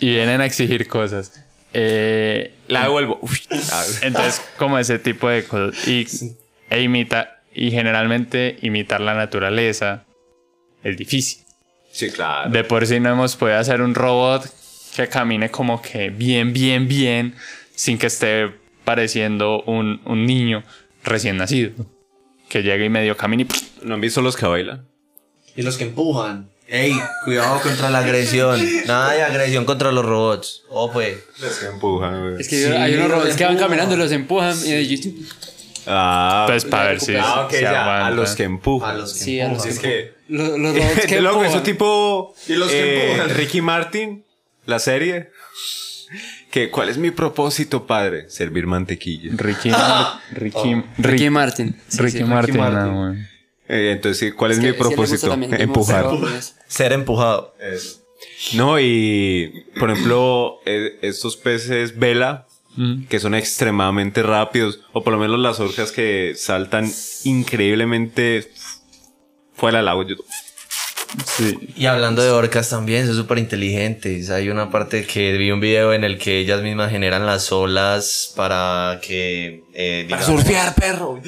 Y vienen a exigir cosas. Eh,
La devuelvo. Uy.
[LAUGHS]
entonces, como ese tipo de cosas. Y, e imita, y generalmente imitar la naturaleza es difícil.
Sí, claro.
De por sí no hemos podido hacer un robot que camine como que bien, bien, bien, sin que esté pareciendo un, un niño recién nacido. Que llegue y medio camina y
¿No han visto los que bailan?
Y los que empujan. Ey, cuidado contra la agresión. Nada de agresión contra los robots. Oh, pues.
Los que empujan, güey.
Es que yo- hay unos
los
robots que van
empujan.
caminando y los empujan. Y de YouTube.
Ah,
Pues para ver si
recupera.
ah, ok,
se
ya,
aguanta.
A los que empujan.
A los que
Sí, a
empujan.
los
Es que.
Los, [LAUGHS] los robots
[LAUGHS]
que.
loco,
empujan.
eso tipo.
Y los que
eh,
empujan.
Ricky Martin, la serie. Que, ¿Cuál es mi propósito, padre? Servir mantequilla.
Ricky,
oh.
Mar- Ricky,
Ricky
Ricky,
Martin. Sí, sí,
Ricky Martin,
Martin.
ah, güey.
Eh, entonces, sí, ¿cuál es,
que
mi
sí le gusta
propósito?
también Game of
Empujar.
Thrones.
Ser empujado.
Eso. No, y por ejemplo, eh, estos peces vela, que son extremadamente rápidos, o por lo menos las orcas que saltan increíblemente fuera del agua. Yo-
Sí.
Y hablando de orcas también, son súper inteligentes. Hay una parte que vi un video en el que ellas mismas generan las olas para que... Eh, para surfear, perro.
[LAUGHS]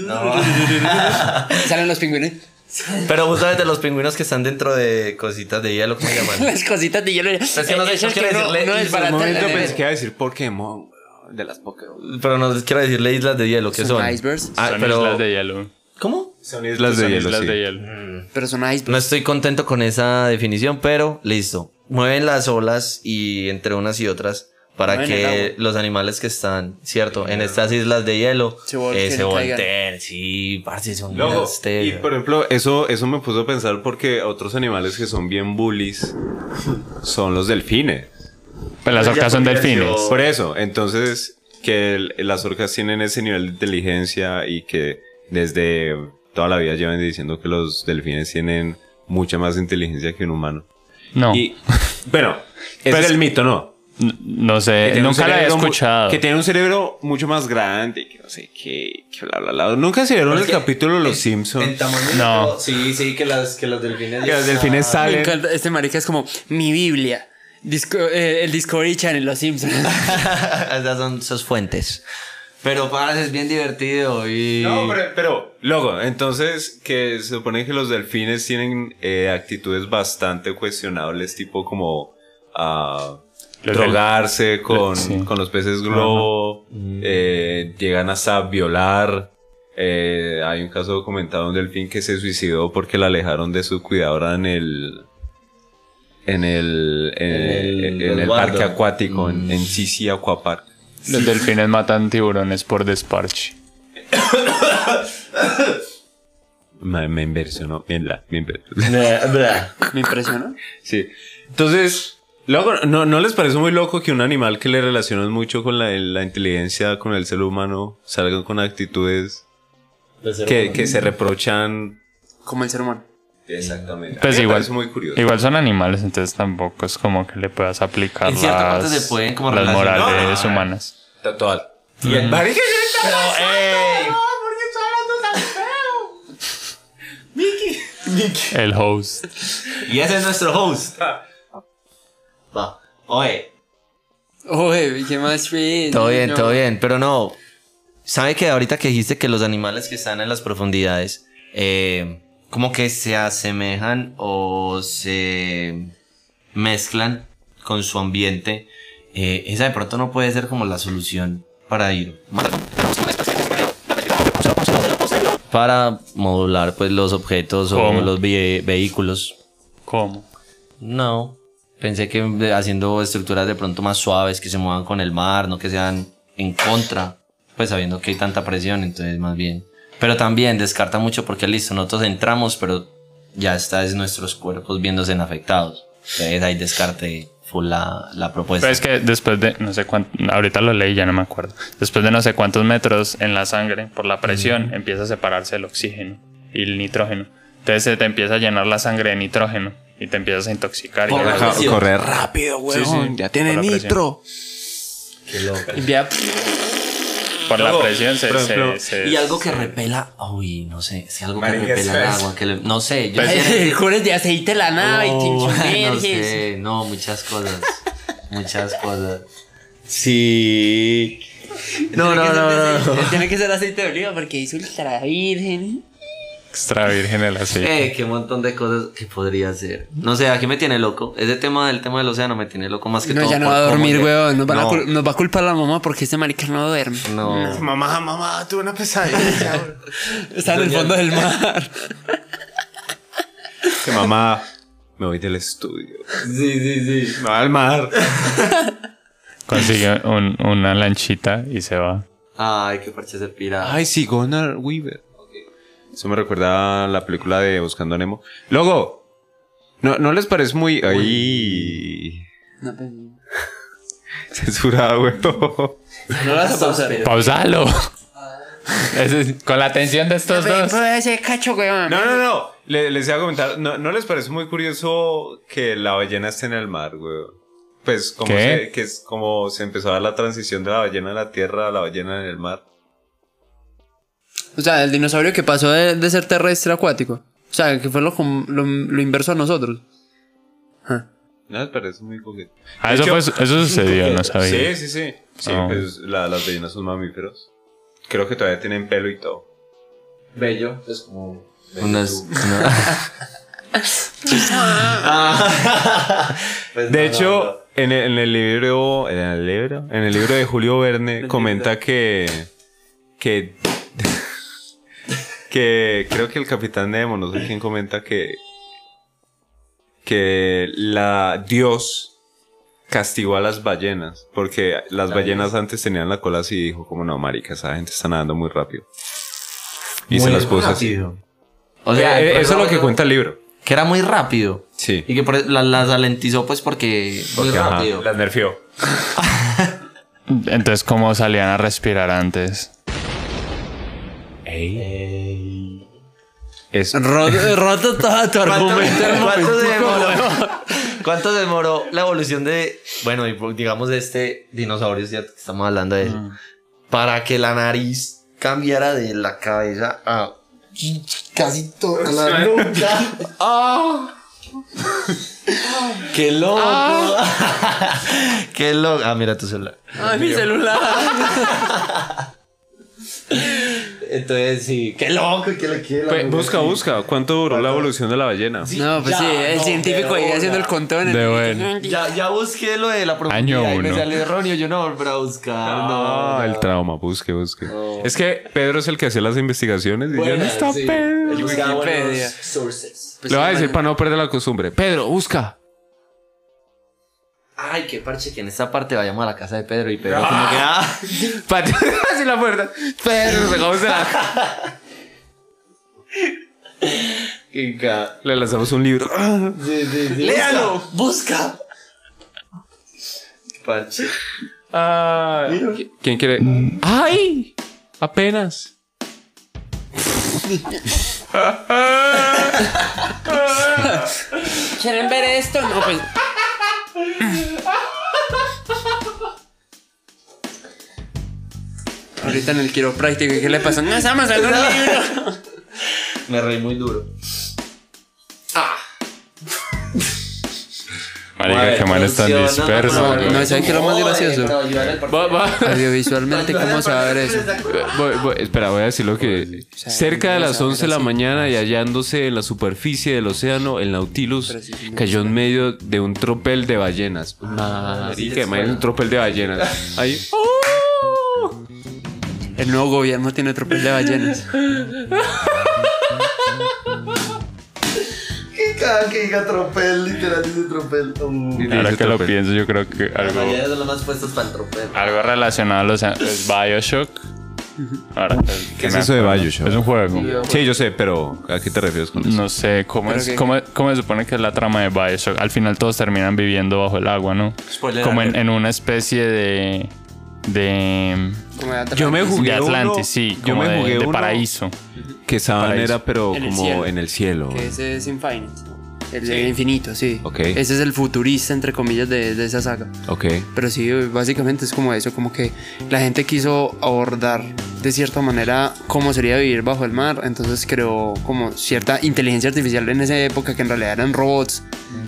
Salen los pingüinos.
[LAUGHS]
[LAUGHS]
Pero justamente los pingüinos que están dentro de cositas de hielo, ¿cómo se
[LAUGHS]
llaman?
Las cositas de hielo.
Es que no sé,
Eso
yo quiero
no-
decirle,
no
y
es
su
barata,
momento
eh,
pensé
pues, que iba a decir Pokémon, weón, de las Pokémon.
Pero no les quiero decirle islas de hielo, ¿qué son?
Son icebergs.
Ah,
son
pero-
islas de hielo.
¿Cómo?
Son islas de
Son
hielo.
islas
sí.
de hielo.
Pero son icebergs.
No estoy contento con esa definición, pero listo. Mueven las olas y entre unas y otras para
No en el
que
agua.
los animales que están, cierto, en estas islas de hielo
Se volteen
eh, se
y caigan.
volteen. Sí, parce, son
Loco,
unas
y
telas.
por ejemplo, eso, eso me puso a pensar porque otros animales que son bien bullies son los delfines.
Pues las orcas son delfines.
Por eso, entonces, que el- las orcas tienen ese nivel de inteligencia y que desde toda la vida llevan diciendo que los delfines tienen mucha más inteligencia que un humano.
No,
Y,
[LAUGHS]
bueno, ese
Pero
es
es-
el mito, ¿no?
n- no
Que
sé,
tiene un
eh, nunca la he
cerebro mu-
escuchado.
Que tiene un cerebro mucho más grande y que no sé qué, que bla, bla, bla. Nunca se vieron el
Pues que-
capítulo de Los Simpsons.
En tamaño.
No.
Sí, sí, que las, que las delfines.
Que
[LAUGHS]
los delfines
Me
salen.
encanta, este marica es como mi Biblia. Disco- eh, el Discovery Channel, los Simpsons.
[LAUGHS] Esas son sus fuentes. Pero parce, es bien divertido y...
No, [LAUGHS] pero, pero luego, entonces, que se supone que los delfines tienen eh, actitudes bastante cuestionables, tipo como ah,
Los
drogarse con,
sí.
con los peces globo, eh, llegan hasta a violar. Eh, hay un caso documentado de un delfín que se suicidó porque la alejaron de su cuidadora en el en el en,
En el-
en el
Eduardo.
parque acuático en, en Sisi Aquapark.
Los delfines matan tiburones por desparche.
Me, me inversionó, bien la, me inversionó.
Me impresionó.
Sí. Entonces, loco, ¿no, ¿no les parece muy loco que un animal que le relacionas mucho con la, la inteligencia, con el ser humano, salgan con actitudes que, que se reprochan?
Como el ser humano.
Exactamente.
Pues igual,
Es muy curioso.
igual son animales, entonces tampoco es como que le puedas aplicar
En cierta parte
las,
se pueden como
las
relacionar.
morales humanas.
Total. Y el marica ya está
El host.
Y ese es nuestro host. Va. Oye.
Oye, ¿qué más fue?
Todo bien,
No.
todo bien, pero no. ¿Sabe que ahorita que dijiste que los animales que están en las profundidades, eh, como que se asemejan o se mezclan con su ambiente? eh, esa de pronto no puede ser como la solución para ir. Para modular pues los objetos
¿Cómo?
o los ve- vehículos.
¿Cómo?
No. Pensé que de- haciendo estructuras de pronto más suaves que se muevan con el mar, no que sean en contra, pues sabiendo que hay tanta presión, entonces más bien. Pero también descarta mucho porque listo, nosotros entramos, pero ya está, es nuestros cuerpos viéndose en afectados. Entonces ahí descarte full la, la propuesta.
Pero es que después de no sé cuánto, ahorita lo leí, ya no me acuerdo. Después de no sé cuántos metros en la sangre, por la presión, empieza a separarse el oxígeno y el nitrógeno. Entonces se te empieza a llenar la sangre de nitrógeno y te empiezas a intoxicar. y
Por
ya-
la
Deja
presión.
correr rápido, weón. Ya tiene
Por la presión.
nitro.
Envía-
por la
Luego,
presión se,
por
se-
ejemplo,
se-
Y algo que repela, uy, no sé, es que algo que
Marica,
repela el
¿sabes?
agua, que le- no sé,
Pues [LAUGHS]
yo [LAUGHS]
Cures de aceite la nave y
Pues, Oh, no
chinchonverges.
sé, no, muchas cosas, muchas cosas.
Sí. No, no, no, no.
Tiene que ser aceite de oliva porque es ultra virgen.
extra virgen el aceite.
Eh, qué montón de cosas que podría hacer. No sé, aquí me tiene loco. Ese tema del tema del océano me tiene loco más que
No,
todo.
ya no
por
va a
cómo
dormir,
le-
weón. Nos, van a
No,
cul- nos va a culpar la mamá porque este marica no duerme.
no.
Mamá, mamá, tuve una [LAUGHS] pesadilla.
Está en el fondo del mar.
que mamá, me voy del estudio.
Sí, sí, sí.
Me voy al mar.
Consigue un- una lanchita y se va.
Ay, qué parche de pirata.
Ay, sí, Ah, Gunnar Weaver. Eso me recuerda a la película de Buscando a Nemo. Luego, ¿no, ¿no les parece muy... [LAUGHS] Ay...
No, pues,
[LAUGHS] Censurado, güey.
no vas a pausar.
Pausalo. Ese es- con la atención de estos dos.
Pero ese cacho, weón.
No, no, no. Le- les iba a comentar. ¿no, no les parece muy curioso que la ballena esté en el mar, güey? Pues como
¿Qué?
se, que es como se empezó a dar la transición de la ballena en la tierra a la ballena en el mar.
O sea, el dinosaurio que pasó de, de ser terrestre a acuático. O sea, que fue lo, com- lo, lo inverso a nosotros. Ah.
¿No les parece muy coqueto?
Ah, eso,
hecho-
fue- eso sucedió, no sabía.
Eh, Sí, sí, sí. Sí,
Ah.
pues la- las ballenas son mamíferos. Creo que todavía tienen pelo y todo.
Bello. Es como. bello.
Unas-
[LAUGHS]
una-
De hecho, En, el, en el libro, en el libro, en el libro de Julio Verne comenta que que [LAUGHS] que creo que el capitán Nemo, no sé quién comenta que que la Dios castigó a las ballenas, porque las ballenas antes tenían la cola así y dijo como, no, marica, esa gente está nadando muy rápido. Y se las puso así.
O sea,
Eh, eh, eso es lo que cuenta el libro.
que era muy rápido.
Sí.
Y que por- la- las alentizó pues porque...
Porque,
muy
ajá,
rápido.
las nerfió.
Entonces, ¿cómo salían a respirar antes?
Es
Ah, Roto, roto todo tu argumento.
¿Cuánto demoró? ¿Cuánto demoró la evolución de, bueno, y por- digamos de este dinosaurio, ¿cierto? Que estamos hablando de él. Para que la nariz cambiara de la cabeza a casi toda
[LAUGHS]
la nuca. ¡Ah! ¡Qué loco! [LAUGHS] ¡Qué loco! Ah, mira tu celular.
Ay, mi celular.
Entonces, sí, qué loco que le quiere la nuca.
Pues, busca, busca. ¿Cuánto duró la evolución de la ballena?
No, pues
Ya,
sí, el
no,
científico
pero
ahí haciendo el
hola.
conteo en el.
De bueno.
Ya, ya busqué lo de la profundidad y me
uno.
salió erróneo. Yo no volveré a buscar. no.
Ah, el trauma. Busque, busque. Es que Pedro es el que hace las investigaciones. Y yo,
Bueno,
"¿Dónde está
sí.
Pedro?
El buscaba
Wikipedia.
buenos sources.
Pues
Le voy a
sí,
decir
man.
para no perder la costumbre. Pedro, busca.
Ay, qué parche que en esta parte vayamos a la casa de Pedro y Pedro como que ah,
Pat- Así la puerta. Pedro, nos dejamos de la-
y ca-
Le lanzamos un libro.
Sí, sí, sí.
¡Léalo! ¡Busca! Parche.
Ah, ¿Quién quiere? ¡Ay! Apenas.
¿Quieren ver esto? No, pues. Ahorita en el quiropráctico, ¿y ¿qué le pasa? No estamos en un libro.
Me reí muy duro.
Marica,
Madre,
qué mal están
producción,
dispersos.
no, no,
güey.
no, ¿sabes qué es lo más
Joder,
gracioso?
pero ayúdale, por
Va,
favor.
va.
Audiovisualmente, ¿cómo se va a ver
[LAUGHS]
eso?
Voy- voy- espera, voy a decir lo que...
sea,
Cerca de
no
las
saber
11 de la
así.
mañana y hallándose en la superficie del océano, el Nautilus
Pero sí, sí, no
cayó en medio de un tropel de ballenas.
Ah,
Marica, imagínate un tropel de ballenas. Ahí.
El nuevo gobierno tiene tropel de ballenas.
Y cada que diga tropel, literal dice tropel. Uh.
Ahora
Dice
que lo
tropel.
pienso, yo creo que algo,
Mañana son las más puestas para el tropel.
algo relacionado a los es Bioshock. Ahora,
¿Qué es eso de Bioshock?
Es un juego.
Sí, yo sé, pero ¿a qué te refieres con eso?
No sé cómo
Pero
es,
que-
cómo, cómo se supone que es la trama de Bioshock. Al final todos terminan viviendo bajo el agua, ¿no?
Spoiler
Como en,
alert.
en una especie de. de.
Yo me
de
jugué
Atlantis,
uno-
sí.
yo
como
me
de-
jugué
de,
uno-
paraíso.
Que saban
Paraíso.
era, pero
En el
como
cielo.
en el cielo.
Que ese es Infinite. El de infinito, sí.
Ok.
Ese es el futurista, entre comillas, de, de esa saga.
Ok.
Pero sí, básicamente es como eso, como que la gente quiso abordar de cierta manera cómo sería vivir bajo el mar, entonces creó como cierta inteligencia artificial en esa época que en realidad eran robots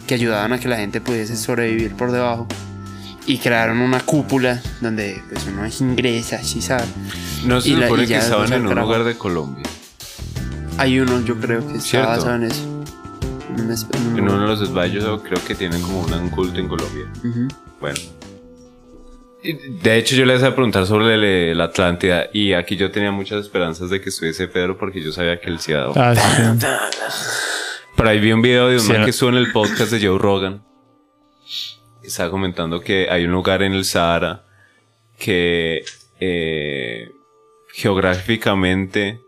que ayudaban a que la gente pudiese sobrevivir por debajo y crearon una cúpula donde pues uno ingresa, sí sabe.
No se
Y la-
supone
y
que
ya, o
estaban
sea,
en un
carajo.
lugar de Colombia.
Hay uno, yo creo que está
Cierto.
basado en eso. En un es- en un-
En uno de los desvallos creo que tienen como un culto en Colombia.
Ujú.
Bueno. Y, De hecho, yo les iba a preguntar sobre el- la Atlántida y aquí yo tenía muchas esperanzas de que estuviese Pedro porque yo sabía que él se iba a dar. Pero ahí vi un video de un
Sí,
man
no.
que estuvo en el podcast de Joe Rogan. Estaba comentando que hay un lugar en el Sahara que eh, geográficamente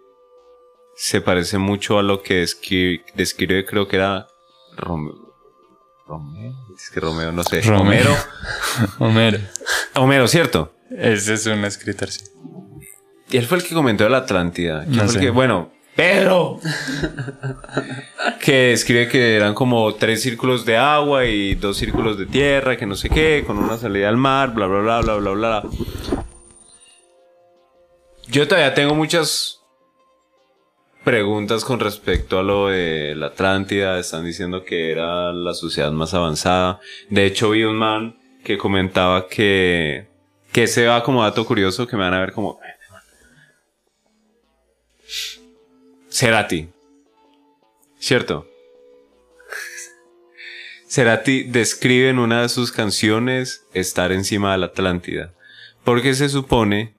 se parece mucho a lo que descri- describe, creo que era Romeo. Romeo, es que Romeo, no sé.
Romero.
Homero.
Homero.
Homero, ¿cierto?
Ese es un escritor, sí.
Y él fue el que comentó de la Atlántida. ¿Quién
No
fue el
sé.
que- bueno, Pedro. que escribe que eran como tres círculos de agua y dos círculos de tierra, que no sé qué, con una salida al mar, bla, bla, bla, bla, bla, bla. Yo todavía tengo muchas preguntas con respecto a lo de la Atlántida. Están diciendo que era la sociedad más avanzada. De hecho, vi un man que comentaba que... Que se va como dato curioso que me van a ver como... Cerati. ¿Cierto? Cerati describe en una de sus canciones estar encima de la Atlántida. Porque se supone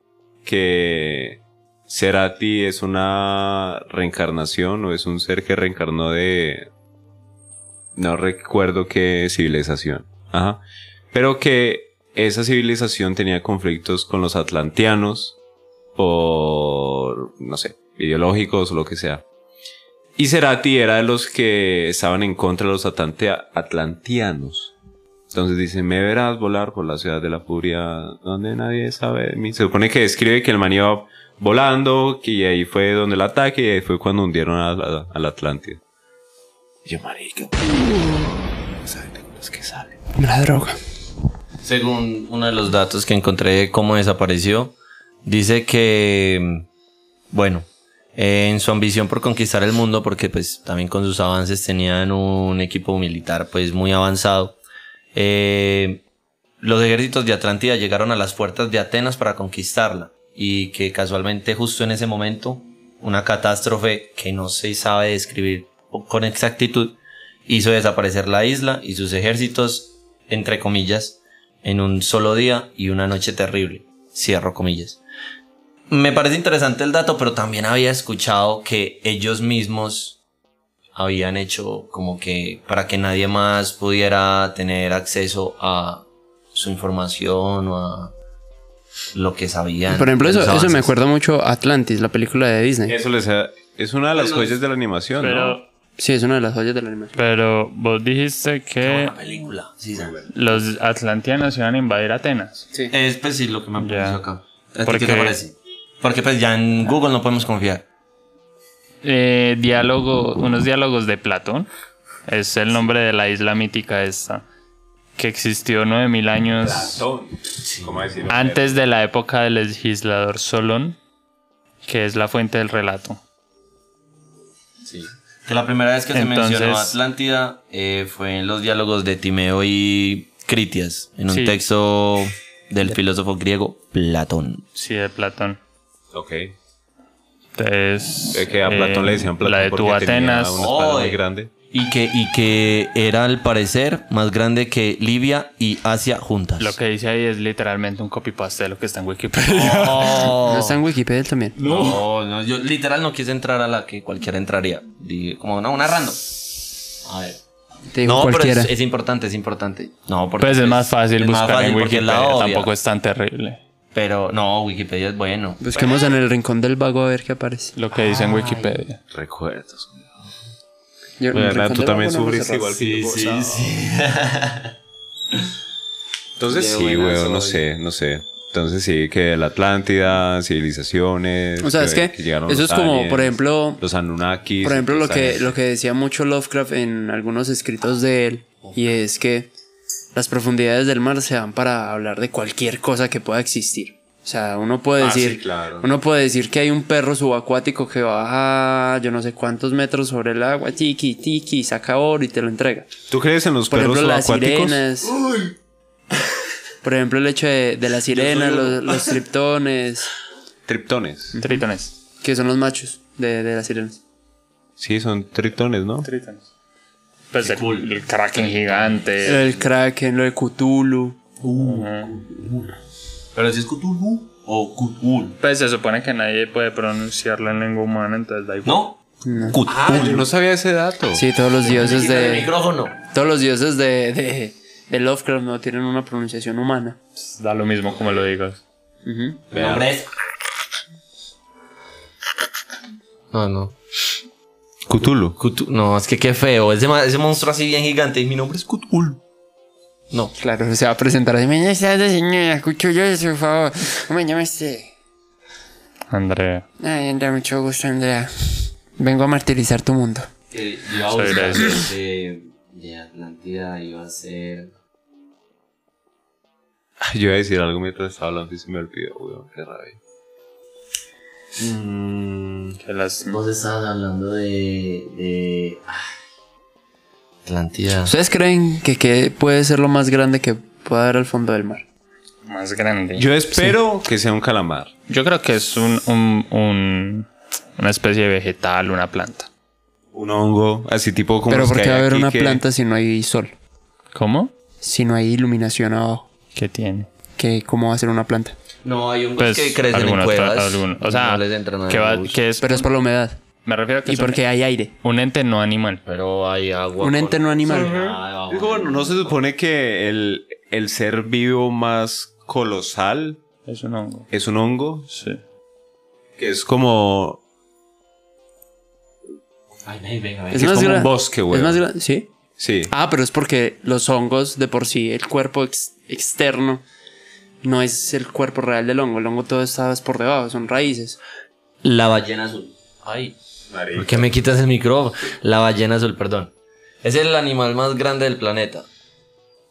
que Cerati es una reencarnación o es un ser que reencarnó de... No recuerdo qué civilización. Ajá. pero que esa civilización tenía conflictos con los atlanteanos por, no sé, ideológicos o lo que sea. Y Cerati era de los que estaban en contra de los atlantea- atlanteanos. Entonces dice, me verás volar por la ciudad de la furia, donde nadie sabe de mí. Se supone que describe que el man iba volando, que ahí fue donde el ataque, y ahí fue cuando hundieron a la, a la Atlántida. Y yo, marica,
La droga.
Según uno de los datos que encontré de cómo desapareció, dice que, bueno, eh, en su ambición por conquistar el mundo, porque pues también con sus avances tenían un equipo militar pues muy avanzado, eh, los ejércitos de Atlántida llegaron a las puertas de Atenas para conquistarla y que casualmente justo en ese momento una catástrofe que no se sabe describir con exactitud hizo desaparecer la isla y sus ejércitos, entre comillas, en un solo día y una noche terrible. Cierro comillas. Me parece interesante el dato, pero también había escuchado que ellos mismos habían hecho como que para que nadie más pudiera tener acceso a su información o a lo que sabían.
Por ejemplo, eso,
de los
eso me
avances.
acuerda mucho a Atlantis, la película de Disney.
eso les ha- es una de las joyas de la animación, ¿no?
Pero,
Sí, es una de las joyas de la animación.
pero vos dijiste que
Buena película. Sí, sí.
los atlantianos iban a invadir Atenas.
Es pues sí lo que me apareció
Ya.
acá. ¿A ti
Porque-
qué te parece? Porque pues ya en Google no podemos confiar.
Eh, diálogo, unos diálogos de Platón. Es el nombre de la isla mítica esta. Que existió 9000 años
¿Cómo decirlo?
antes de la época del legislador Solón. Que es la fuente del relato.
Que la primera vez que
Entonces-
se mencionó Atlántida eh, fue en los diálogos de Timeo y Critias, en un
Sí.
texto del filósofo griego Platón.
Sí, de Platón.
Ok.
Entonces.
Es que a Platón
eh,
le decían Platón
La de tu
porque tenía
Atenas.
una espalda muy
Oy.
grande.
Y que, y que era al parecer más grande que Libia y Asia juntas.
Lo que dice ahí es literalmente un copy-paste de lo que está en
[LAUGHS]
Wikipedia.
Oh.
No está en Wikipedia también.
No, no, yo literal no quise entrar a la que cualquiera entraría. Di- Como no, una random. A ver.
Te digo
No,
cualquiera.
pero es, es importante, es importante. No, porque
Pues es más fácil
es más
buscar
fácil
en
porque es la
Wikipedia.
obvia.
Tampoco es tan terrible.
Pero no, Wikipedia es bueno.
Busquemos en el rincón del vago a ver qué aparece.
Lo que dice en Wikipedia.
Recuerdos.
Yo- en el
Bueno,
rincón
tú
del
también
vago no hemos
sufriste
cerrado.
igual que yo.
sí, sí.
Entonces
De
sí,
buenas
weón, no
soy.
sé, no sé. Entonces sí, que la Atlántida, civilizaciones.
O sea, es que
llegaron
eso
los
es como,
aliens,
por ejemplo,
Los Anunnakis.
Por ejemplo, lo
los
que,
aliens.
lo que decía mucho Lovecraft en algunos escritos de él, y es que las profundidades del mar se dan para hablar de cualquier cosa que pueda existir. O sea, uno puede
Ah,
decir,
sí, claro.
uno puede decir que hay un perro subacuático que baja yo no sé cuántos metros sobre el agua, tiki tiki, saca oro y te lo entrega.
¿Tú crees en los
Por
perros
ejemplo, las
acuáticos?
sirenas. Por ejemplo, el hecho de, de las sirenas, los, los triptones,
Triptones.
Tritones.
que son los machos de, de las sirenas.
Sí, son triptones, ¿no?
Tritones. Pues el, el Kraken gigante.
El kraken, lo de Cthulhu.
Pero si es Cthulhu o Cthulhu.
Pues se supone que nadie puede pronunciarlo en lengua humana, entonces da igual.
No. Cthulhu.
Ah, yo no sabía ese dato.
Sí, todos los dioses
Quita el
de...
micrófono.
Todos los dioses de, de, de Lovecraft no tienen una pronunciación humana.
Pues Da lo mismo como lo digas.
Ujú.
Mi nombre es. No, no.
Cthulhu.
Cthulhu- No, es que qué feo. Ese, ma- ese monstruo así bien gigante. Y mi nombre es Cthulhu. No.
Claro, se va a presentar así. Buenas tardes, señora. Escucho yo, por favor. Hombre, llámese.
Andrea.
Ay, Andrea, mucho gusto, Andrea. Vengo a martirizar tu mundo.
Eh,
a Soy buscar de-
de, Atlántida iba a ser.
Ay, Yo iba a decir algo mientras estaba hablando y se me olvidó, weón. Qué rabia.
Que las...
Vos estabas hablando de. de. Atlántida.
¿Ustedes creen que qué puede ser lo más grande que pueda haber al fondo del mar?
Más grande. Yo,
Yo espero que sea un calamar.
yo creo que es un, un- un- una especie de vegetal, una planta.
Un hongo, así tipo como
Pero
los
¿por
que
qué va a
hay
haber
aquí
una
que-
planta si no hay sol?
¿Cómo?
Si no hay iluminación abajo.
¿Qué tiene?
¿Qué, ¿Cómo va a ser una planta?
No, hay un
Pues,
que crecen en
algunos,
cuevas.
tra- algunos. O sea,
no les entra nada
que,
de
va-
luz.
que es...
Pero es por la humedad.
me refiero a que
Y
es un-
porque hay aire.
un ente no animal.
Pero hay agua.
Un ente no animal.
Es como, no se supone que el, el ser vivo más colosal
Es un hongo.
es un hongo,
Sí.
que es como
Ay, May, venga, venga.
Es como
gran-
un bosque, güey.
Es más gran- Sí.
Sí.
Ah, pero es porque los hongos de por sí, el cuerpo ex- externo, no es el cuerpo real del hongo. El hongo todo está es por debajo, son raíces.
La ballena azul. Ay. ¿Por qué me quitas el micrófono? La ballena azul, perdón. Es el animal más grande del planeta.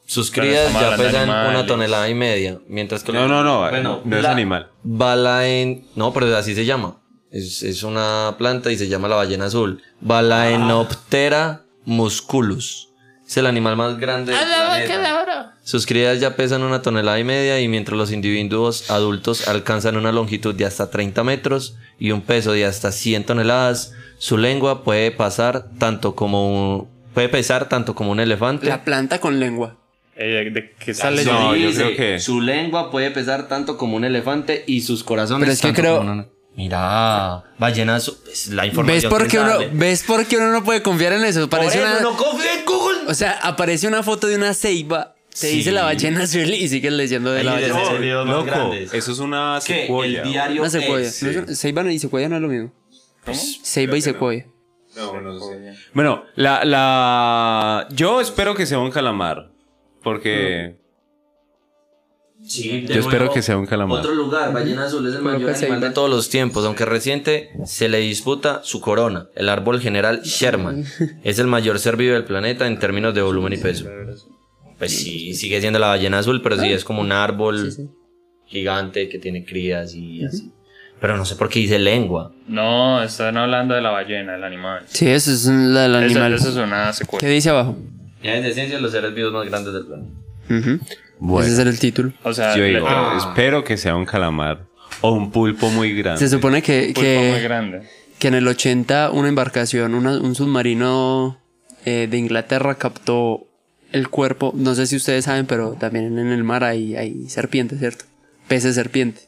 Sus
Pero
crías
estamos
ya
hablando de
pesan una
animales.
tonelada y media. Mientras que
No, no, no, no es
la
animal.
Balaen. No, pero así se llama. Es, es una planta y se llama la ballena azul. Balaenoptera musculus. Es el animal más grande del planeta. Sus crías ya pesan una tonelada y media y mientras los individuos adultos alcanzan una longitud de hasta 30 metros y un peso de hasta 100 toneladas, su lengua puede pasar tanto como un- puede pesar tanto como un elefante.
La planta con lengua.
Eh, ¿de- ¿De qué sale?
No.
Sí,
yo
dice,
creo que-
Su lengua puede pesar tanto como un elefante y sus corazones.
Pero es que
tanto
creo-
como una- Mira, ballena azul. Es la
¿Ves
información.
por,
que
qué uno,
sale.
¿Ves por qué uno no puede confiar en eso? Parece
Por eso
una,
no confía en Google.
O sea, aparece una foto de una ceiba, se
Sí.
dice la ballena azul y sigues leyendo de
Ahí
la
dice
ballena azul.
cebollas más
Loco,
grandes.
eso es una
Que
secuoya.
el diario
Una secuoya.
es-
No es una- Ceiba y secuoya no es lo mismo. Pues,
¿Cómo?
Ceiba y secuoya.
No, no sé. Bueno, la, la... Yo espero que sea un calamar. Porque...
Sí, de
Yo espero
nuevo,
que sea un calamar.
Otro lugar, Ballena Azul es el
Pero
mayor
que se
animal de
iba.
todos los tiempos, aunque reciente se le disputa su corona, el árbol general Sherman. Es el mayor ser vivo del planeta en términos de volumen y peso. Pues sí, sigue siendo la ballena azul, pero
Ah.
sí es como un árbol gigante que tiene crías y así. Pero no sé por qué dice lengua.
No, están hablando de la ballena, el animal.
Sí, eso es un- la del
Esa-
animal.
Esa es una secuela.
¿Qué dice abajo?
Ya en esencia los seres vivos más grandes del planeta.
Ujú. Mm. Ese será el título.
O sea,
yo
le-
digo,
ah,
espero que sea un calamar. O un pulpo muy grande.
Se supone que,
pulpo muy
que,
grande.
que en el 80 una embarcación, una- un submarino eh, de Inglaterra captó el cuerpo. No sé si ustedes saben, pero también en el mar hay, hay serpientes, ¿cierto? Peces serpiente.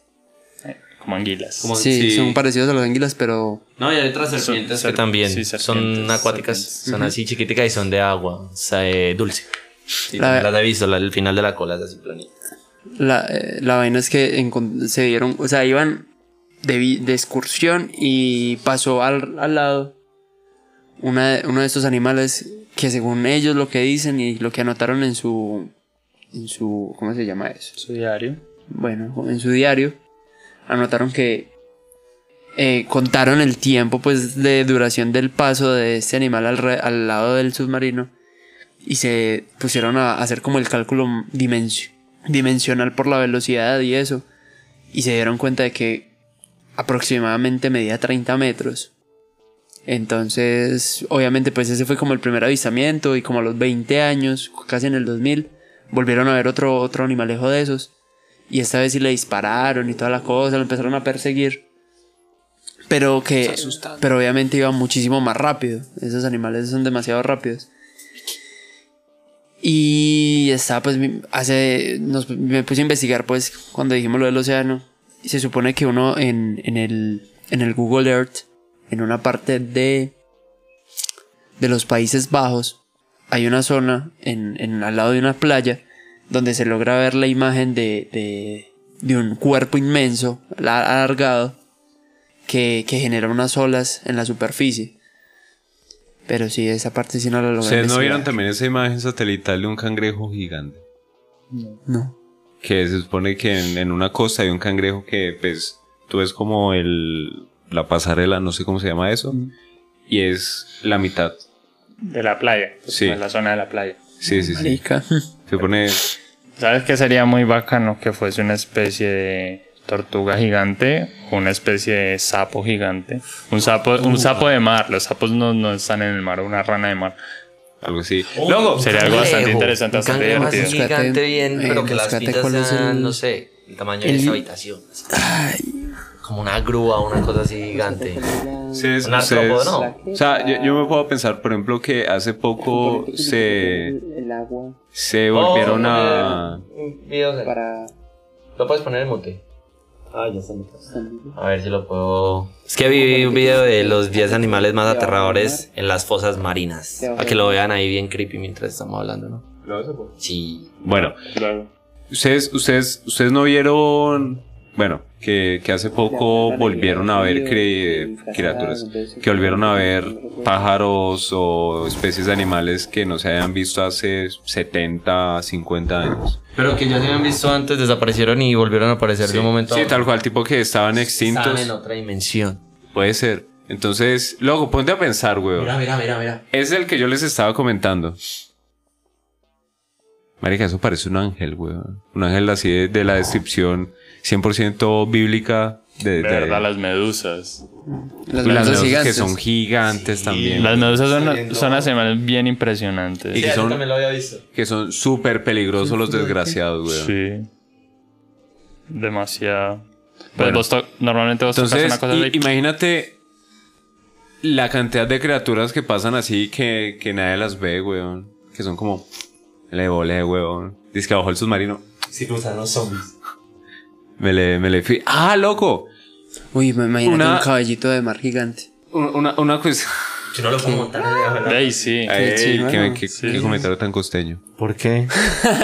eh, Como anguilas.
Como-
Sí,
sí.
son parecidos a los anguilas, pero
No, y hay otras serpientes
serp-
que también
sí,
son
serpientes,
acuáticas,
serpientes.
son así chiquiticas y son de agua, o sea, eh, dulce. Sí,
La-
las he visto, la- el final de la cola es así planita.
La, eh, la vaina es que encon- se dieron, o sea, iban de, vi- de excursión y pasó al, al lado una, de- uno de estos animales que según ellos lo que dicen y lo que anotaron en su, en su, ¿cómo se llama eso?
Su diario.
Bueno, en su diario anotaron que eh, contaron el tiempo pues de duración del paso de este animal al, re- al lado del submarino y se pusieron a hacer como el cálculo dimensi- dimensional por la velocidad y eso y se dieron cuenta de que aproximadamente medía 30 metros entonces obviamente pues ese fue como el primer avistamiento y como a los 20 años casi en el 2000 volvieron a ver otro, otro animalejo de esos y esta vez sí le dispararon y toda la cosa, lo empezaron a perseguir. Pero que. Pero obviamente iba muchísimo más rápido. Esos animales son demasiado rápidos. Y estaba pues mi- hace. nos- me puse a investigar pues cuando dijimos lo del océano. Y se supone que uno en, en el. en el Google Earth, en una parte de. de los Países Bajos, hay una zona en, en- al lado de una playa donde se logra ver la imagen de, de, de un cuerpo inmenso, la- alargado, que, que genera unas olas en la superficie. Pero sí, esa parte sí no la logré.
¿Ustedes no
investigar.
vieron también esa imagen satelital de un cangrejo gigante?
No.
Que se supone que en, en una costa hay un cangrejo que, pues, tú ves como el... La pasarela, no sé cómo se llama eso. Y es la mitad.
De la playa. pues,
Sí.
En la zona de la playa.
Sí, sí, sí.
Marica.
Se pone...
¿Sabes qué sería muy bacano que fuese una especie de tortuga gigante o una especie de sapo gigante? Un sapo, un sapo de mar, los sapos no, no están en el mar, una rana de mar.
Algo así.
Luego sería algo bastante
Oh, Cangrejo,
interesante,
un
bastante
cangrejo así
divertido.
gigante bien,
Eh,
pero que las
búscate
pintas
cuál es
sean,
el-
no sé, el tamaño
el-
de esa habitación. así. Como una grúa, una cosa así gigante.
Ustedes-
Un artrópodo,
ustedes-
¿no?
O sea, yo, yo me puedo pensar, por ejemplo, que hace poco se,
El agua
se volvieron
Oh,
a...
un video de-
para.
Lo puedes poner en mute.
Ah, ya está. ya está.
A ver si lo puedo. Es que vi un video de los 10 animales más aterradores en las fosas marinas. Para que lo vean ahí bien creepy mientras estamos hablando, ¿no? Sí.
Bueno,
Claro.
ustedes, ustedes, ustedes no vieron, bueno, que, que hace poco volvieron a ver cre- criaturas, que volvieron a ver pájaros o especies de animales que no se habían visto hace 70, 50 años.
Pero que ya se habían visto antes, desaparecieron y volvieron a aparecer de un momento a
Sí,
otro.
tal cual, tipo que estaban
Estaban
extintos.
en otra dimensión.
Puede ser. Entonces, luego, ponte a pensar, weón.
Mira, mira, mira, mira.
Es el que yo les estaba comentando. Marica, eso parece un ángel, weón. Un ángel así de, de la descripción 100% bíblica de, de-
De verdad, las medusas.
Las
Uy, las
medusas
medusas que
gigantes.
son gigantes también.
Las medusas son,
Saliendo-
son animales bien impresionantes.
y que son
lo había visto.
que son súper peligrosos los desgraciados, weón.
Sí. Demasiado. Pues
Bueno.
vos to- normalmente vos tocas
Entonces,
una cosa
i-
así.
imagínate la cantidad de criaturas que pasan así que, que nadie las ve, weón. Que son como le volé, weón. Dice que abajo el submarino.
Si usan los zombies.
Me le, me le fui. ¡Ah, loco!
Uy, me imagino
Una-
un caballito de mar
[LAUGHS]
gigante.
Un- Una, una cuestión.
Yo no lo puedo montar.
Ey, sí.
Ey,
chido,
qué,
¿no?
qué-
Sí.
qué comentario tan costeño.
¿Por qué?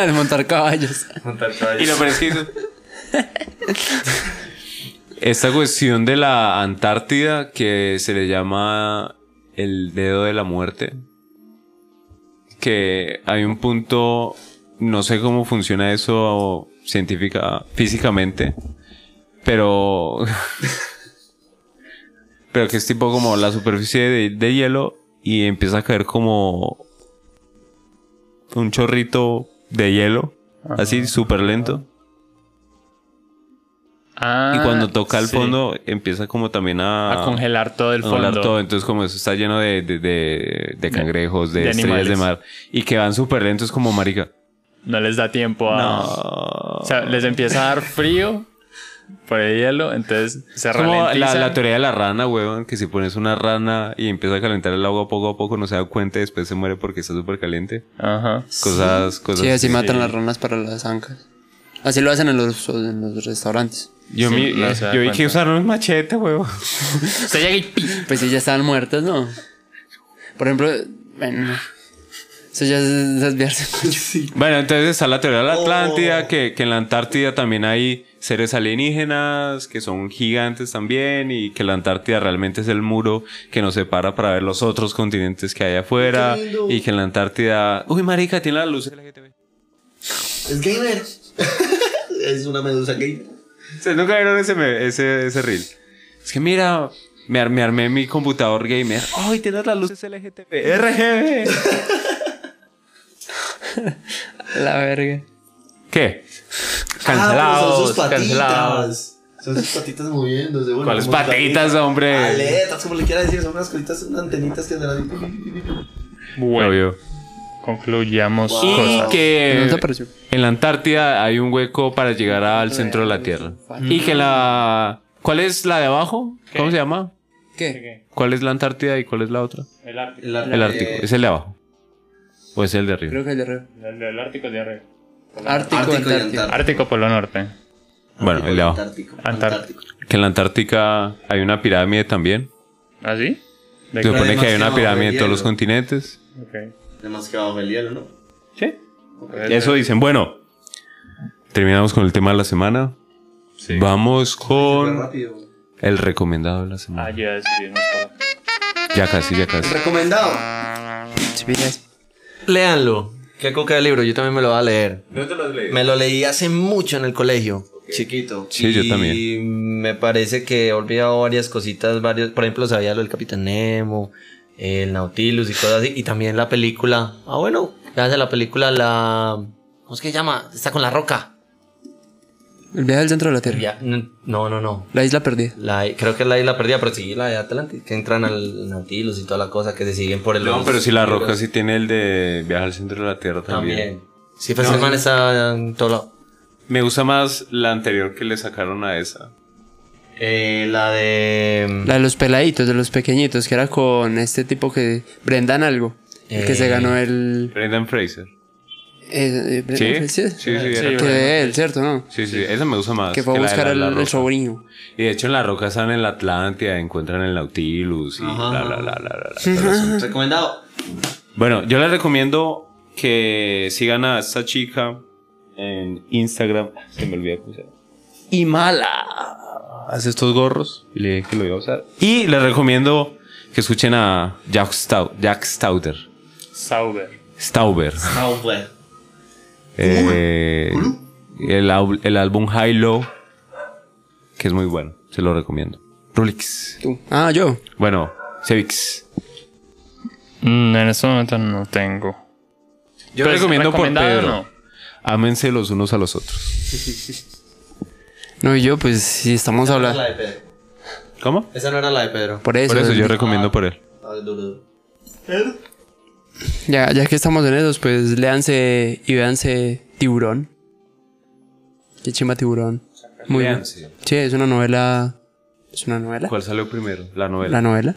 Al montar caballos.
Montar
Y lo peor es que hizo- Esta cuestión de la Antártida que se le llama el dedo de la muerte. Que hay un punto, no sé cómo funciona eso científica, físicamente, pero... pero que es tipo como la superficie de, de hielo y empieza a caer como un chorrito de hielo, así súper lento.
Ah,
Y cuando toca el
sí.
fondo, empieza como también a,
A congelar todo el
a volar
fondo.
todo. Entonces, como eso está lleno de, de- de- de cangrejos, de,
de
estrellas de
animales.
mar. Y que van súper lentos como marica.
No les da tiempo a.
No.
O sea, les empieza a dar frío por el hielo, entonces se
Es como la,
ralentizan.
la teoría de la rana, huevón, que si pones una rana y empieza a calentar el agua poco a poco, no se da cuenta y después se muere porque está súper caliente.
Ajá.
Cosas, cosas.
Sí, así
así.
matan las ranas para las ancas. Así lo hacen en los, en los restaurantes.
Yo,
Sí,
mi-
no se da
yo vi que
cuenta.
usaron un machete, huevón.
Usted llega y pi.
Pues sí, ya estaban muertas, ¿no? Por ejemplo, bueno, eso ya es desviarse mucho.
Bueno, entonces está la teoría de la
Oh.
Atlántida, que, que en la Antártida también hay seres alienígenas, que son gigantes también, y que la Antártida realmente es el muro que nos separa para ver los otros continentes que hay afuera, y que en la Antártida... Uy, marica, tiene la luz LGTB.
Es gamer. [LAUGHS] es una medusa gamer.
¿Ustedes nunca vieron ese, me- ese, ese reel? Es que mira, me, ar- me armé mi computador gamer. ¡Ay, tienes las luces LGTB! ¡RGB!
La verga.
¿Qué?
Ah, pero son sus
Cancelados, cancelados.
patitas. Son sus patitas moviéndose. Bueno,
¿Cuáles
como sus
patitas, hombre?
Aletas, como le quiera decir, son unas cositas, unas antenitas que andan
Bueno,
Obvio.
concluyamos
Wow.
cosas.
Y que
¿No te pareció?
en la Antártida hay un hueco para llegar al centro de la Tierra. Y que la... ¿Cuál es la de abajo? ¿Cómo se llama?
¿Qué?
¿Cuál es la Antártida y cuál es la otra?
El Ártico.
El Ártico. ¿Es el de abajo? ¿O es el de arriba?
Creo que el de arriba.
El, Ártico de arriba.
Ártico,
Ártico y
Antártico.
Antártico.
Ártico Polo Norte.
Bueno, el de abajo.
Antártico.
Antártico.
Que en la Antártica hay una pirámide también.
¿Ah, sí? ¿De qué?
Se supone que hay una
demasiado
pirámide en todos
hielo.
los continentes.
Ok.
Además que abajo el hielo, ¿no?
Sí. Eso dicen. Bueno, terminamos con el tema de la semana.
Sí.
Vamos
Fue
con
rápido.
el recomendado de la
Ah,
semana.
ya decidimos todo.
Ya casi, ya casi.
Recomendado.
Sí, miras.
[LAUGHS] Léanlo. Qué coca de libro, yo también me lo voy a leer.
¿No te lo has leído?
Me lo leí hace mucho en el colegio, chiquito.
Sí, yo
Y
también.
me parece que he olvidado varias cositas, varios, por ejemplo, sabía lo del Capitán Nemo, el Nautilus y cosas así, y también la película. Ah, bueno, gracias a la película la ¿cómo es que se llama? Está con la roca.
El viaje al centro de la Tierra.
Ya, n- no, no, no.
La isla perdida.
La, creo que es la isla perdida, pero sí, la de Atlantis, que entran al Nautilus y toda la cosa, que se siguen por el...
No, pero si la roca
sí
sí tiene el de viajar al centro de la Tierra también.
También. Sí, pero ese man está en todo lado.
Me gusta más la anterior que le sacaron a esa.
Eh, la de.
La de los peladitos, de los pequeñitos, que era con este tipo que. Brendan algo. el que
Eh.
se ganó el.
Brendan Fraser.
Eh, eh, ¿sí?
Sí, sí, sí.
Sí,
era-
Que de él, ¿cierto? ¿No?
Sí, sí, esa me gusta más.
Que fue a
la de
buscar
la-
al
la
el
roca.
sobrino.
Y de hecho en la roca están en la Atlántida, encuentran el Nautilus y
Ajá.
bla, bla, bla, bla, bla, bla, todo eso.
Recomendado.
Bueno, yo les recomiendo que sigan a esta chica en Instagram. Se me olvida cómo se llama. Y mala. Hace estos gorros y le dije que lo iba a usar. Y les recomiendo que escuchen a Jack, Stau- Jack Stauder.
Sauber.
Stauber.
Ah, bueno.
Eh, el, au- el álbum High Low, que es muy bueno, se lo recomiendo. Rulix.
Tú. Ah, yo.
Bueno, Cevix.
Mm, en este momento no tengo.
Yo
Pues,
recomiendo por
¿recomendado
Pedro.
no?
Ámense los unos a los otros.
No, y yo, pues, si estamos hablando.
de Pedro.
¿Cómo?
Esa no era la de Pedro.
Por eso.
Por eso yo recomiendo por él.
A ver, duro, duro.
ya, ya que estamos en esos, pues léanse y véanse Tiburón. Qué chimba Tiburón. Ah, Muy bien.
Léanse.
Sí, es una novela. ¿Es una novela?
¿Cuál salió primero? La
¿La
novela.
novela?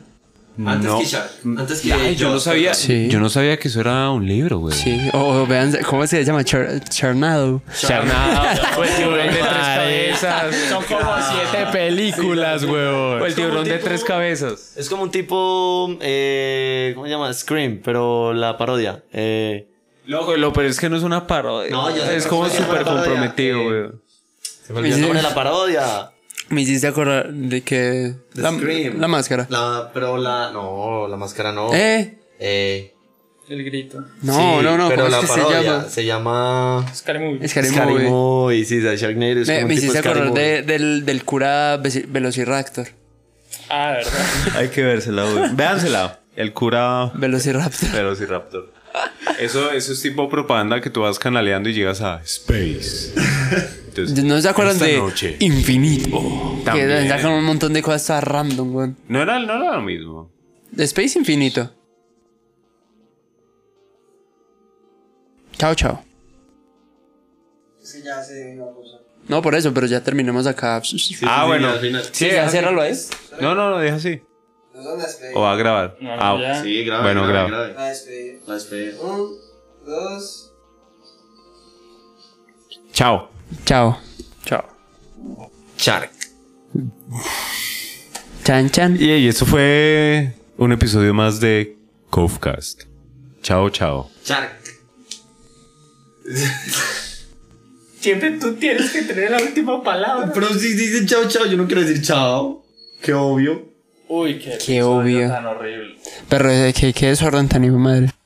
Antes
No.
que Shark. Antes que.
Ay, yo no sabía.
Sí.
Yo no sabía que eso era un libro, güey.
Sí. O o véanse, ¿cómo se llama? Char- Charnado.
[LAUGHS] el pues, tiburón de tres cabezas. Son como siete películas, güey. el tiburón de tres cabezas.
Es como un tipo. eh, ¿Cómo se llama? Scream, pero la parodia. Eh,
Loco, lo pero es que no es una parodia.
No, yo sé
es
que
como
es una
súper
parodia.
comprometido,
Eh,
güey.
se me olvidó el nombre de la parodia.
Me hiciste acordar de que.
The
La,
Scream.
la máscara.
La, pero la. No, la máscara no.
¿Eh?
Eh,
El grito.
No,
sí,
no, no.
Pero
¿Cómo
la
es que se
parodia
llama?
se llama.
Scary Movie.
Scary
Scary
Movie.
Movie, sí, de Sharknado es
Me,
como
me
un tipo
hiciste
Scary
acordar
Movie.
de- del, del cura Veci- Velociraptor.
Ah, ¿verdad?
Hay que vérsela, güey. [LAUGHS] Véansela. El cura
Velociraptor.
Velociraptor. Eso, eso es tipo propaganda que tú vas canaleando y llegas a Space. Entonces,
¿No se acuerdan
esta
de
noche.
Infinito? Que
También.
sacan un montón de cosas todas random, weón.
no, era, no era lo mismo.
De Space Infinito. Chao, chao.
Es que ya se dio una cosa.
No, por eso, pero ya terminemos acá. Sí,
ah, bueno.
al final.
ya ciérralo ahí.
No, no, no, deja así.
No son las despedidas.
O va a grabar.
No,
ah,
ya.
Sí, grave.
Bueno,
grave,
grave.
grave.
La despedida.
La despedida.
Un, dos.
Chao.
Chao.
Chao.
Shark.
Chan, chan.
Y, y eso fue un episodio más de Covcast. Chao, chao.
Shark.
Siempre tú tienes que tener la última palabra.
Pero si dicen chao, chao, yo no quiero decir chao. Qué obvio.
Uy, qué,
Qué obvio.
tan horrible.
Pero eh, qué, qué desorden tan hijo de madre.